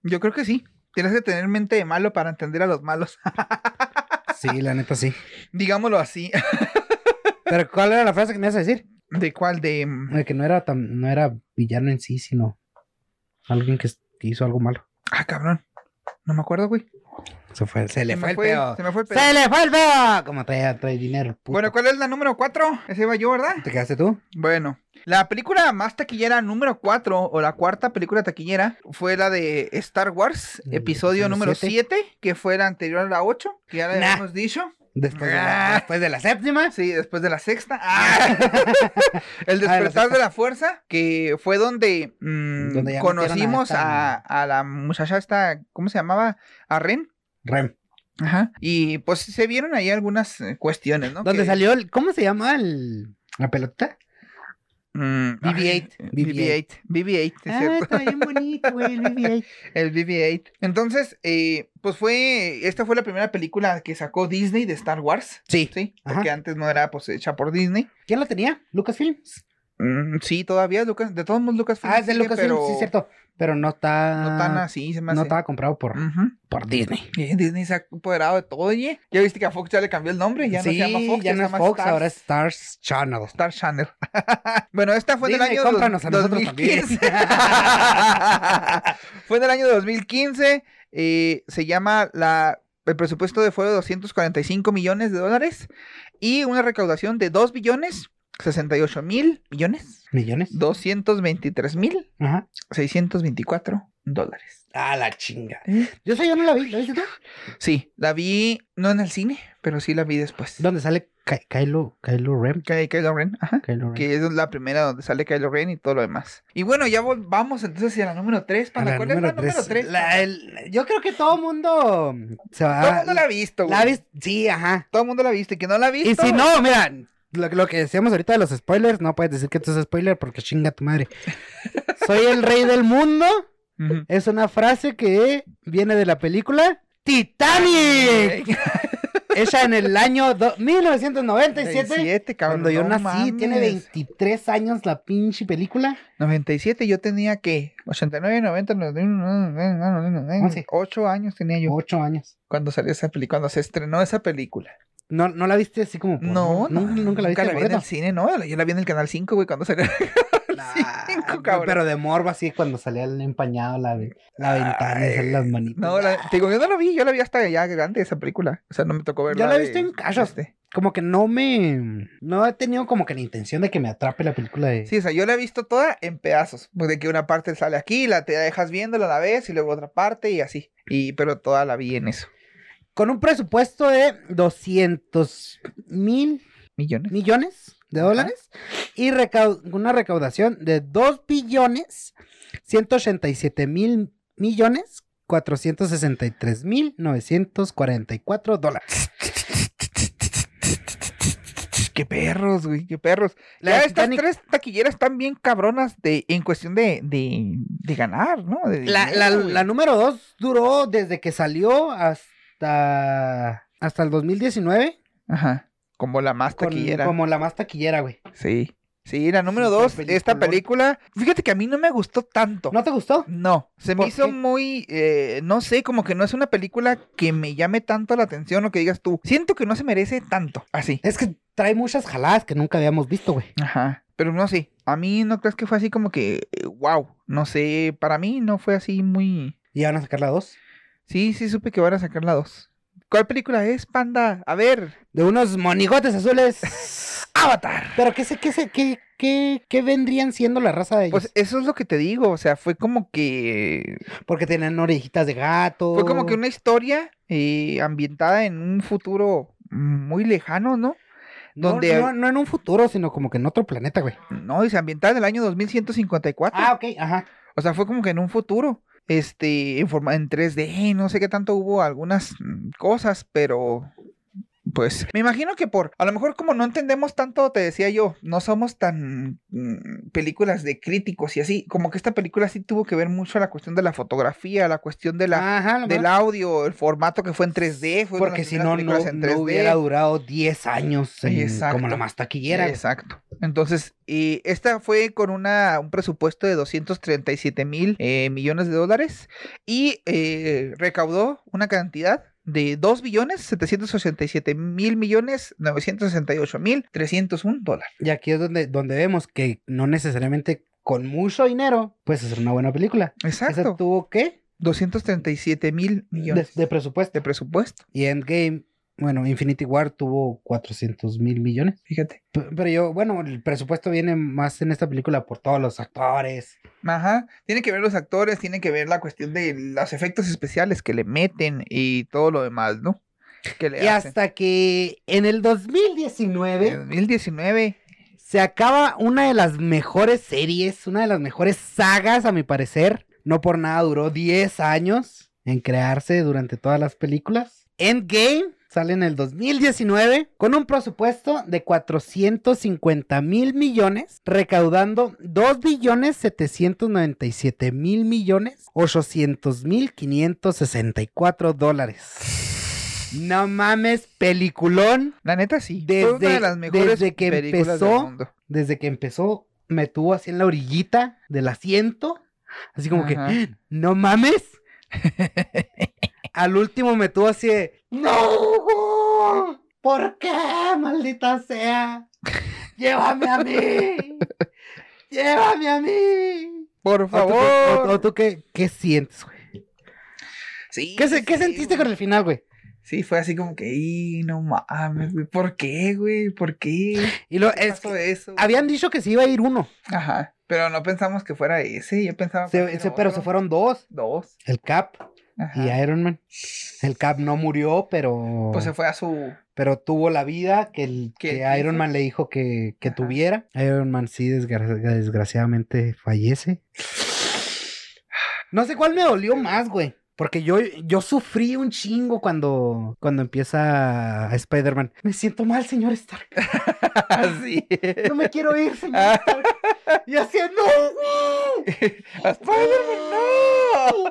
Yo creo que sí. Tienes que tener mente de malo para entender a los malos. Sí, la neta sí. Digámoslo así. Pero ¿cuál era la frase que me ibas a decir? ¿De cuál? De. mm, De que no era, tan, no era villano en sí, sino alguien que s- que hizo algo malo. Ah, cabrón. No me acuerdo, güey. Se, fue, se le Se fue me el fue- pedo. Se me fue el pedo. ¡Se le fue el pedo! Como trae, trae dinero. puto. Bueno, ¿cuál es la número 4? Ese iba yo, ¿verdad? ¿te quedaste tú? Bueno, la película más taquillera número 4 o la cuarta película taquillera fue la de Star Wars, episodio El Mm, episodio número siete. 7, que fue la anterior a la 8, que ya la Nah. hemos dicho. Después, de la, Ah. después de la séptima. Sí, después de la sexta. ¡Ah! El Ah, de la despertar de sexta. la fuerza, que fue donde, mm, Donde ya conocimos metieron a, a a la muchacha esta, ¿cómo se llamaba? A Ren. Rem. Ajá. Y pues se vieron ahí algunas eh, cuestiones, ¿no? ¿Dónde Que- salió el. ¿Cómo se llama el, la pelota? Mm, BB-8, ay, BB-8. BB-8. BB-8, es Ah, cierto. está bien bonito, güey, el BB-8. El BB-8. Entonces, eh, pues fue. Esta fue la primera película que sacó Disney de Star Wars. Sí. Sí, Ajá. porque antes no era pues hecha por Disney. ¿Quién lo tenía? ¿Lucasfilms? Mm, sí, todavía Lucas, de todos modos Lucas Ah, es de Lucasfilms, sí, cierto. Pero no está. No tan así, Mm. se me no hace. estaba comprado por, Ujú. por Disney. Eh, Disney se ha apoderado de todo, oye. Ya viste que a Fox ya le cambió el nombre, ya no se llama Fox, ya no se es llama Fox, Stars- ahora es Stars Channel. Star Channel. bueno, esta fue Disney, del año cómpranos dos- a nosotros 2015. también. fue del año 2015. eh, se llama la. El presupuesto de fue de 245 millones de dólares y una recaudación de 2 billones 68 mil millones ¿Millones? 223 mil Ajá. 624 dólares. Ah, la chinga. Yo sé, yo no la vi. ¿La viste tú? Sí, la vi no en el cine, pero sí la vi después. ¿Dónde sale Ky- Kylo, Kylo Ren? Ky- Kylo Ren, ajá. Kylo Ren. Que es la primera donde sale Kylo Ren y todo lo demás. Y bueno, ya vol- vamos entonces hacia la número 3. A ¿Para cuál es la número 3? tres. La- e- el- yo creo que todo mundo se va Todo el mundo la ha visto, güey. la ha vis- Sí, ajá. Todo el mundo la ha visto. Y que no la ha visto. Y si no, mira, lo, lo que decíamos ahorita de los spoilers, no puedes decir que esto es spoiler porque chinga tu madre. Soy el rey del mundo. Ujú. Es una frase que viene de la película Titanic. Hecha en el año do- 1997. 97, cabrón. Cuando yo no nací, tiene mames. 23 años la pinche película. 97, yo tenía que. 89, 90, 91, Once. 8 años tenía yo 8 años. cuando salió esa película, cuando se estrenó esa película. ¿No, no la viste así como por- No, no, nunca, nunca la viste vi en gordo? el cine, no. Yo la vi en el Canal 5, güey, cuando salió. Nah, cinco, cabrón. Pero de morbo así cuando salía el empañado la, ve- la ventana y salían las manitas. No, la- te digo, yo no la vi, yo la vi hasta ya grande esa película. O sea, no me tocó verla. la he de- visto en cachos. este. Como que no me... No he tenido como que la intención de que me atrape la película de... Sí, o sea, yo la he visto toda en pedazos. Pues de que una parte sale aquí, la te la dejas viéndola a la vez y luego otra parte y así. Y pero toda la vi en eso. Con un presupuesto de 200 mil Millones. millones de dólares y recau- una recaudación de 2 billones 187 mil millones 463 mil 944 dólares. Qué perros, güey, qué perros. La ya de estas Titanic- tres taquilleras están bien cabronas de, en cuestión de, de, de ganar, ¿no? De La, dinero, la- güey. la número 2 duró desde que salió hasta, hasta el 2019. Ajá. Como la más Con- taquillera. como la más taquillera, güey. Sí. Sí, la número Súper dos, esta peliculón. película. Fíjate que a mí no me gustó tanto. ¿No te gustó? No, se me ¿Por hizo qué? muy, eh, no sé, como que no es una película que me llame tanto la atención o que digas tú, siento que no se merece tanto, así. Es que trae muchas jaladas que nunca habíamos visto, güey. Ajá, pero no sé, a mí no crees que fue así como que, wow, no sé, para mí no fue así muy... Y van a sacar la dos. Sí, sí supe que van a sacar la dos. ¿Cuál película es, panda? A ver, De unos monigotes azules. Avatar. Pero qué sé, qué sé, qué, qué, qué vendrían siendo la raza de ellos. Pues eso es lo que te digo, o sea, fue como que... Porque tenían orejitas de gato. Fue como que una historia eh, ambientada en un futuro muy lejano, ¿no? No, donde- no, no en un futuro, sino como que en otro planeta, güey. No, y se ambientaba en el año 2154. Ah, ok, ajá. O sea, fue como que en un futuro. Este, en, forma, en 3D, no sé qué tanto hubo algunas mm, cosas, pero pues me imagino que por, a lo mejor como no entendemos tanto, te decía yo, no somos tan mm, películas de críticos y así, como que esta película sí tuvo que ver mucho la cuestión de la fotografía, la cuestión de la, ajá, lo del más. audio, el formato que fue en 3D, fue Ah, Porque si no, no, no hubiera durado 10 años en- Exacto. como la más taquillera. güey. Exacto. Entonces, y esta fue con una, un presupuesto de 237 mil eh, millones de dólares y eh, recaudó una cantidad de 2 billones 787 mil millones 968 mil 301 dólares. Y aquí es donde, donde vemos que no necesariamente con mucho dinero puedes hacer una buena película. Esa Exacto. tuvo qué? 237 mil De, millones de de, presupuesto. presupuesto. Y Endgame, bueno, Infinity War tuvo 400 mil millones. Fíjate. P- Pero yo, bueno, el presupuesto viene más en esta película por todos los actores. Ajá. Tiene que ver los actores, tiene que ver la cuestión de los efectos especiales que le meten y todo lo demás, ¿no? Que le Y hacen. hasta que en el En 2019 2019. se acaba una de las mejores series, una de las mejores sagas, a mi parecer. No por nada duró 10 años en crearse durante todas las películas. Endgame sale en el 2019 con un presupuesto de 450 mil millones, recaudando 2 billones 797 mil millones 800 mil 564 dólares. No mames, peliculón. La neta sí. Desde- fue una de las mejores desde que películas del empezó, mundo. desde que empezó, me tuvo así en la orillita del asiento. Así como Ajá. que, no mames. Al último me tuvo así de, no, ¿por qué, maldita sea? Llévame a mí. Llévame a mí. Por ¿O tú, favor. o- o tú qué, qué sientes, güey? Sí, ¿Qué, se- qué sí, sentiste güey. con el final, güey? Sí, fue así como que, "Y, no mames, güey. ¿Por qué, güey? ¿Por qué? Y lo, ¿Qué es pasó que eso? güey?" habían dicho que se iba a ir uno, Ajá. Pero no pensamos que fuera ese. Yo pensaba. se- que era se- pero se otro. fueron dos, Dos. el Cap Ajá. y Iron Man. El Cap no murió, pero, Pues se fue a su. pero tuvo la vida que, el, Que que, quiso. Iron Man le dijo que, que Ajá. tuviera. Iron Man sí, desgra- desgraciadamente fallece. No sé cuál me dolió más, güey. Porque yo, yo sufrí un chingo cuando, cuando empieza Spider-Man. Me siento mal, señor Stark. Así. No me quiero ir, señor Ah. Stark. Y así, no, güey. Spider-Man, no.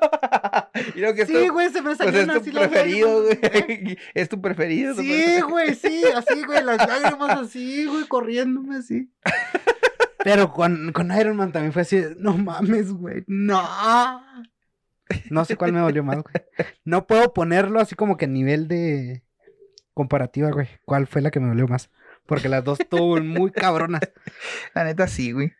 y lo que Sí, esto- güey, se me Pues es salieron tu así las preferido, lágrimas. güey. Es tu preferido. tu Sí, preferido. güey, sí, así, güey, las lágrimas así, güey, corriéndome así. Pero con, con Iron Man también fue así, de, no mames, güey, no. No sé cuál me dolió más, güey. No puedo ponerlo así como que a nivel de comparativa, güey. ¿Cuál fue la que me dolió más? Porque las dos estuvieron muy cabronas. La neta sí, güey.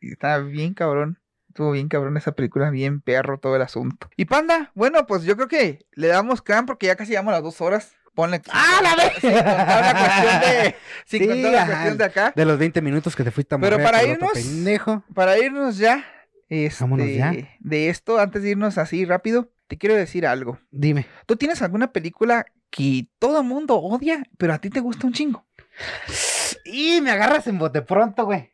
Está bien cabrón. Estuvo bien cabrón esa película, bien perro todo el asunto. Y Panda, bueno, pues yo creo que le damos can porque ya casi llevamos las dos horas. Ponle. ¡Ah, la vez! Sin contar la cuestión de. Sin Sí, contar la ajá. cuestión de acá. De los 20 minutos que te fuiste a Pero morrer para por otro irnos- pendejo. Para irnos ya. Este, Vámonos ya. De esto, antes de irnos así rápido, te quiero decir algo. Dime. ¿Tú tienes alguna película que todo mundo odia, pero a ti te gusta un chingo? Y me agarras en bote pronto, güey.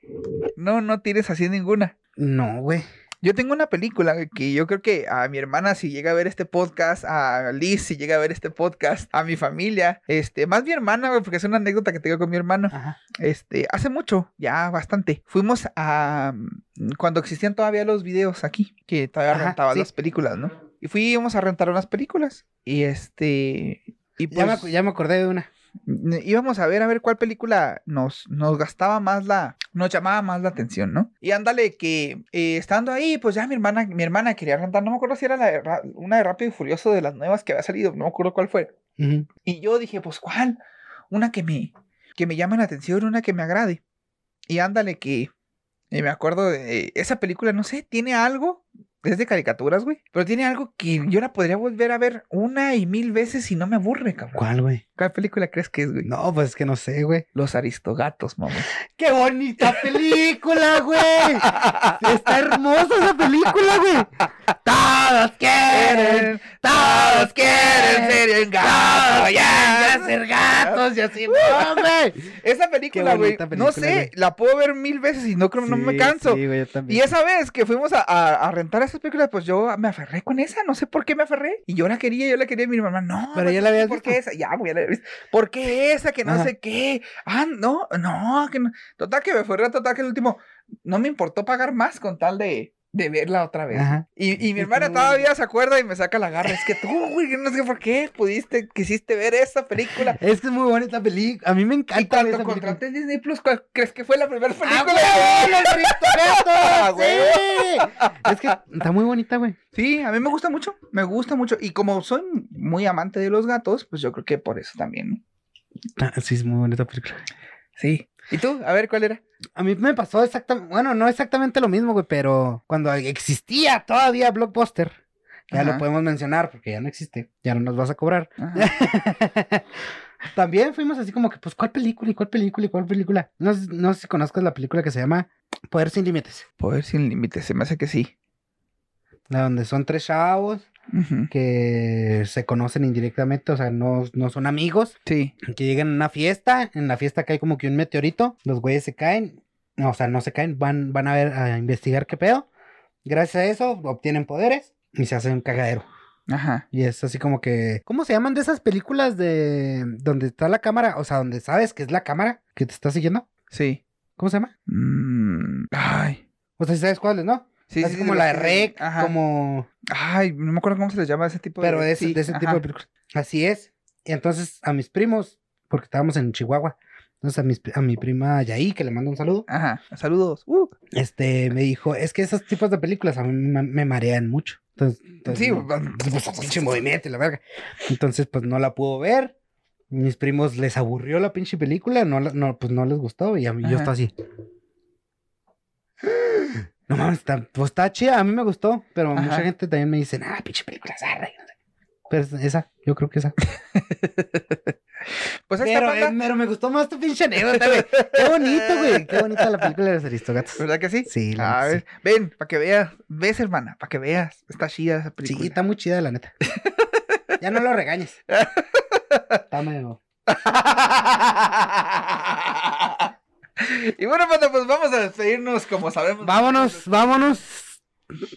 No, no tienes así ninguna. No, güey. Yo tengo una película güey, que yo creo que a mi hermana si llega a ver este podcast, a Liz si llega a ver este podcast, a mi familia, este, más mi hermana, güey, porque es una anécdota que tengo con mi hermano, Ajá. este, hace mucho, ya bastante, fuimos a, mm, cuando existían todavía los videos aquí, que todavía Ajá, rentabas sí. las películas, ¿no? Y fuimos a rentar unas películas y este, y ya, me, pues, acu- ya me acordé de una. íbamos a ver a ver cuál película nos, nos gastaba más la, nos llamaba más la atención, ¿no? Y ándale que eh, estando ahí, pues ya mi hermana, mi hermana quería rentar, no me acuerdo si era la de Ra- una de Rápido y Furioso de las nuevas que había salido, no me acuerdo cuál fue. Ujú. Y yo dije, pues cuál, una que me, que me llame la atención, una que me agrade. Y ándale que, y me acuerdo de esa película, no sé, tiene algo, es de caricaturas, güey, pero tiene algo que yo la podría volver a ver una y mil veces y no me aburre, cabrón. ¿Cuál, güey? ¿Cuál película crees que es, güey? No, pues es que no sé, güey. Los Aristogatos, mamá. ¡Qué bonita película, güey! Está hermosa esa película, güey. Todos quieren, todos quieren ser gatos, ya, ya ser gatos y así, no, güey. Uh, Esa película, güey. bonita No película, sé, güey. la puedo ver mil veces y no creo, no me Sí, canso. Sí, güey, yo también. Y esa vez que fuimos a, a- a rentar esas películas, pues yo me aferré con esa, no sé por qué me aferré. Y yo la quería, yo la quería, y mi mamá, no. Pero no ya sé la habías ¿Por qué esa? Ya, güey, ya la había visto. ¿Por qué esa? Que no Ajá. sé qué. Ah, no, no, que no. Total que me aferré, total que el último, no me importó pagar más con tal de, de verla otra vez. Ajá. Y, y mi Es hermana como- todavía se acuerda y me saca la garra. Es que tú, güey, yo no sé por qué pudiste, quisiste ver esa película. Es que es muy bonita película. A mí me Y encanta cuando esa película. contraté Disney Plus, ¿cuál crees que fue la primera película? ¡Ah, güey, los Aristogatos! Ah, güey. ¡Sí! Es que está muy bonita, güey. Sí, a mí me gusta mucho, me gusta mucho. Y como soy muy amante de los gatos, pues yo creo que por eso también. ¿no? Ah, Sí, es muy bonita película. Sí. ¿Y tú? A ver, ¿cuál era? A mí me pasó exactamente, bueno, no exactamente lo mismo, güey, pero cuando existía todavía Blockbuster, ya Ajá. lo podemos mencionar porque ya no existe, ya no nos vas a cobrar. Ajá. También fuimos así como que, pues, ¿cuál película y cuál película y cuál película? No, sé- no sé si conozcas la película que se llama Poder sin Límites, Poder sin límites, se me hace que sí. la donde son tres chavos Ujú. que se conocen indirectamente, o sea, no, no son amigos, Sí. que llegan a una fiesta, en la fiesta cae como que un meteorito, los güeyes se caen, no, o sea, no se caen, van, van a ver a investigar qué pedo. Gracias a eso obtienen poderes y se hacen un cagadero. Ajá. Y es así como que, ¿cómo se llaman de esas películas de donde está la cámara? O sea, donde sabes que es la cámara que te está siguiendo. Sí. ¿Cómo se llama? Mm, Ay. O sea, si sabes cuáles, ¿no? Sí, Así sí, como sí, la de sí, sí. rec, Ajá. como Ay, no me acuerdo cómo se les llama ese tipo de... Pero de ese, sí, de ese tipo ajá. de películas. Así es. Y entonces a mis primos, porque estábamos en Chihuahua, entonces a, mis, pri- a mi prima Yaí, que le mando un saludo, Ajá. Saludos. Uh, este, me dijo, es que esos tipos de películas a mí me, me marean mucho. Entonces, entonces, sí. no- pues, pinche movimiento y la verga. Entonces, pues no la pudo ver. Mis primos les aburrió la pinche película, no, la- no, pues no les gustó y a mí yo Ajá. estaba así. No mames, está, pues, está chida, a mí me gustó, pero Ajá. mucha gente también me dice, ah, pinche película, zarra", y no sé. Pero es- esa, yo creo que esa. Pues ahí está, Pero, panda. eh, pero me gustó más tu pinche anécdota, güey. Qué bonito, güey. Qué bonita la película de los Aristogatos. ¿Verdad que sí? Sí, la A neta, ver, ven, para que veas. Ves, hermana, para que veas. Está chida esa sí. película. Sí, está muy chida, la neta. Ya no lo regañes. Está medio- y bueno, Panda, pues vamos a despedirnos como sabemos. Vámonos, vámonos.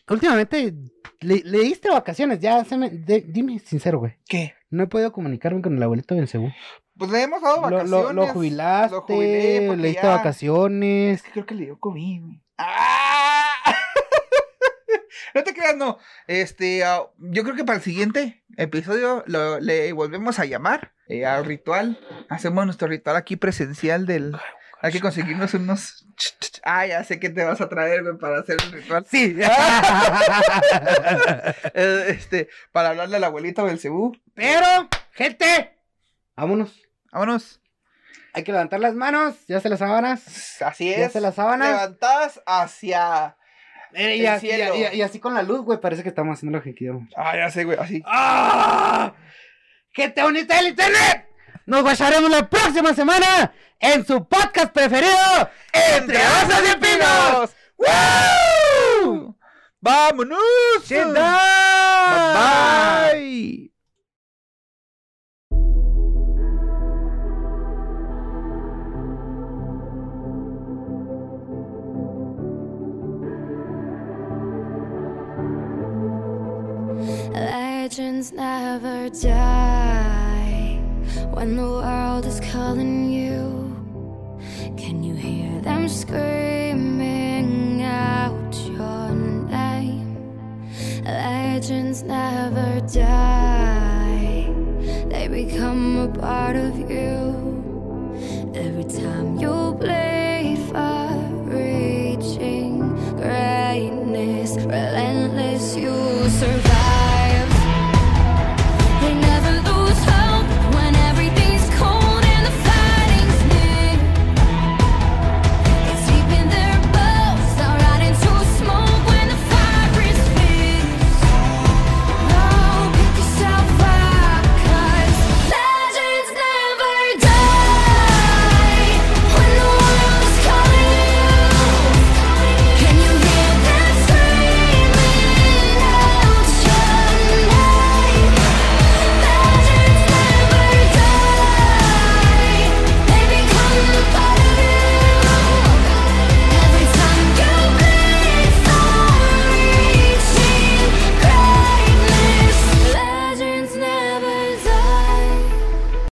Últimamente, le, le diste vacaciones, ya se me- de- dime sincero, güey. ¿Qué? No he podido comunicarme con el abuelito del seguro. Pues le hemos dado Lo, vacaciones. lo, lo jubilaste, Lo jubilé porque le diste ya- vacaciones. Creo que le dio COVID, güey. ¡Ah! No te creas, no. Este, ah, yo creo que para el siguiente episodio lo- le volvemos a llamar eh, al ritual. Hacemos nuestro ritual aquí presencial del. Hay que conseguirnos unos. Ah, ya sé que te vas a traer, güey, para hacer el ritual. Sí. Eh, este, para hablarle al abuelito del Cebú. Pero, gente, vámonos. Vámonos. Hay que levantar las manos, ya se las sábanas. Así Ya es. se las sábanas. Levantadas hacia. Eh, El y, así, cielo. y- y- y así con la luz, güey, parece que estamos haciendo lo que quiero. Ah, ya sé, güey, así. ¡Ah! ¡Que te uniste al internet! Nos guacharemos la próxima semana en su podcast preferido, Entre Osas y Pinos. ¡Woo! ¡Vámonos! ¡Chenda! Bye, bye. Legends never die when the world is calling you. Can you hear them scream?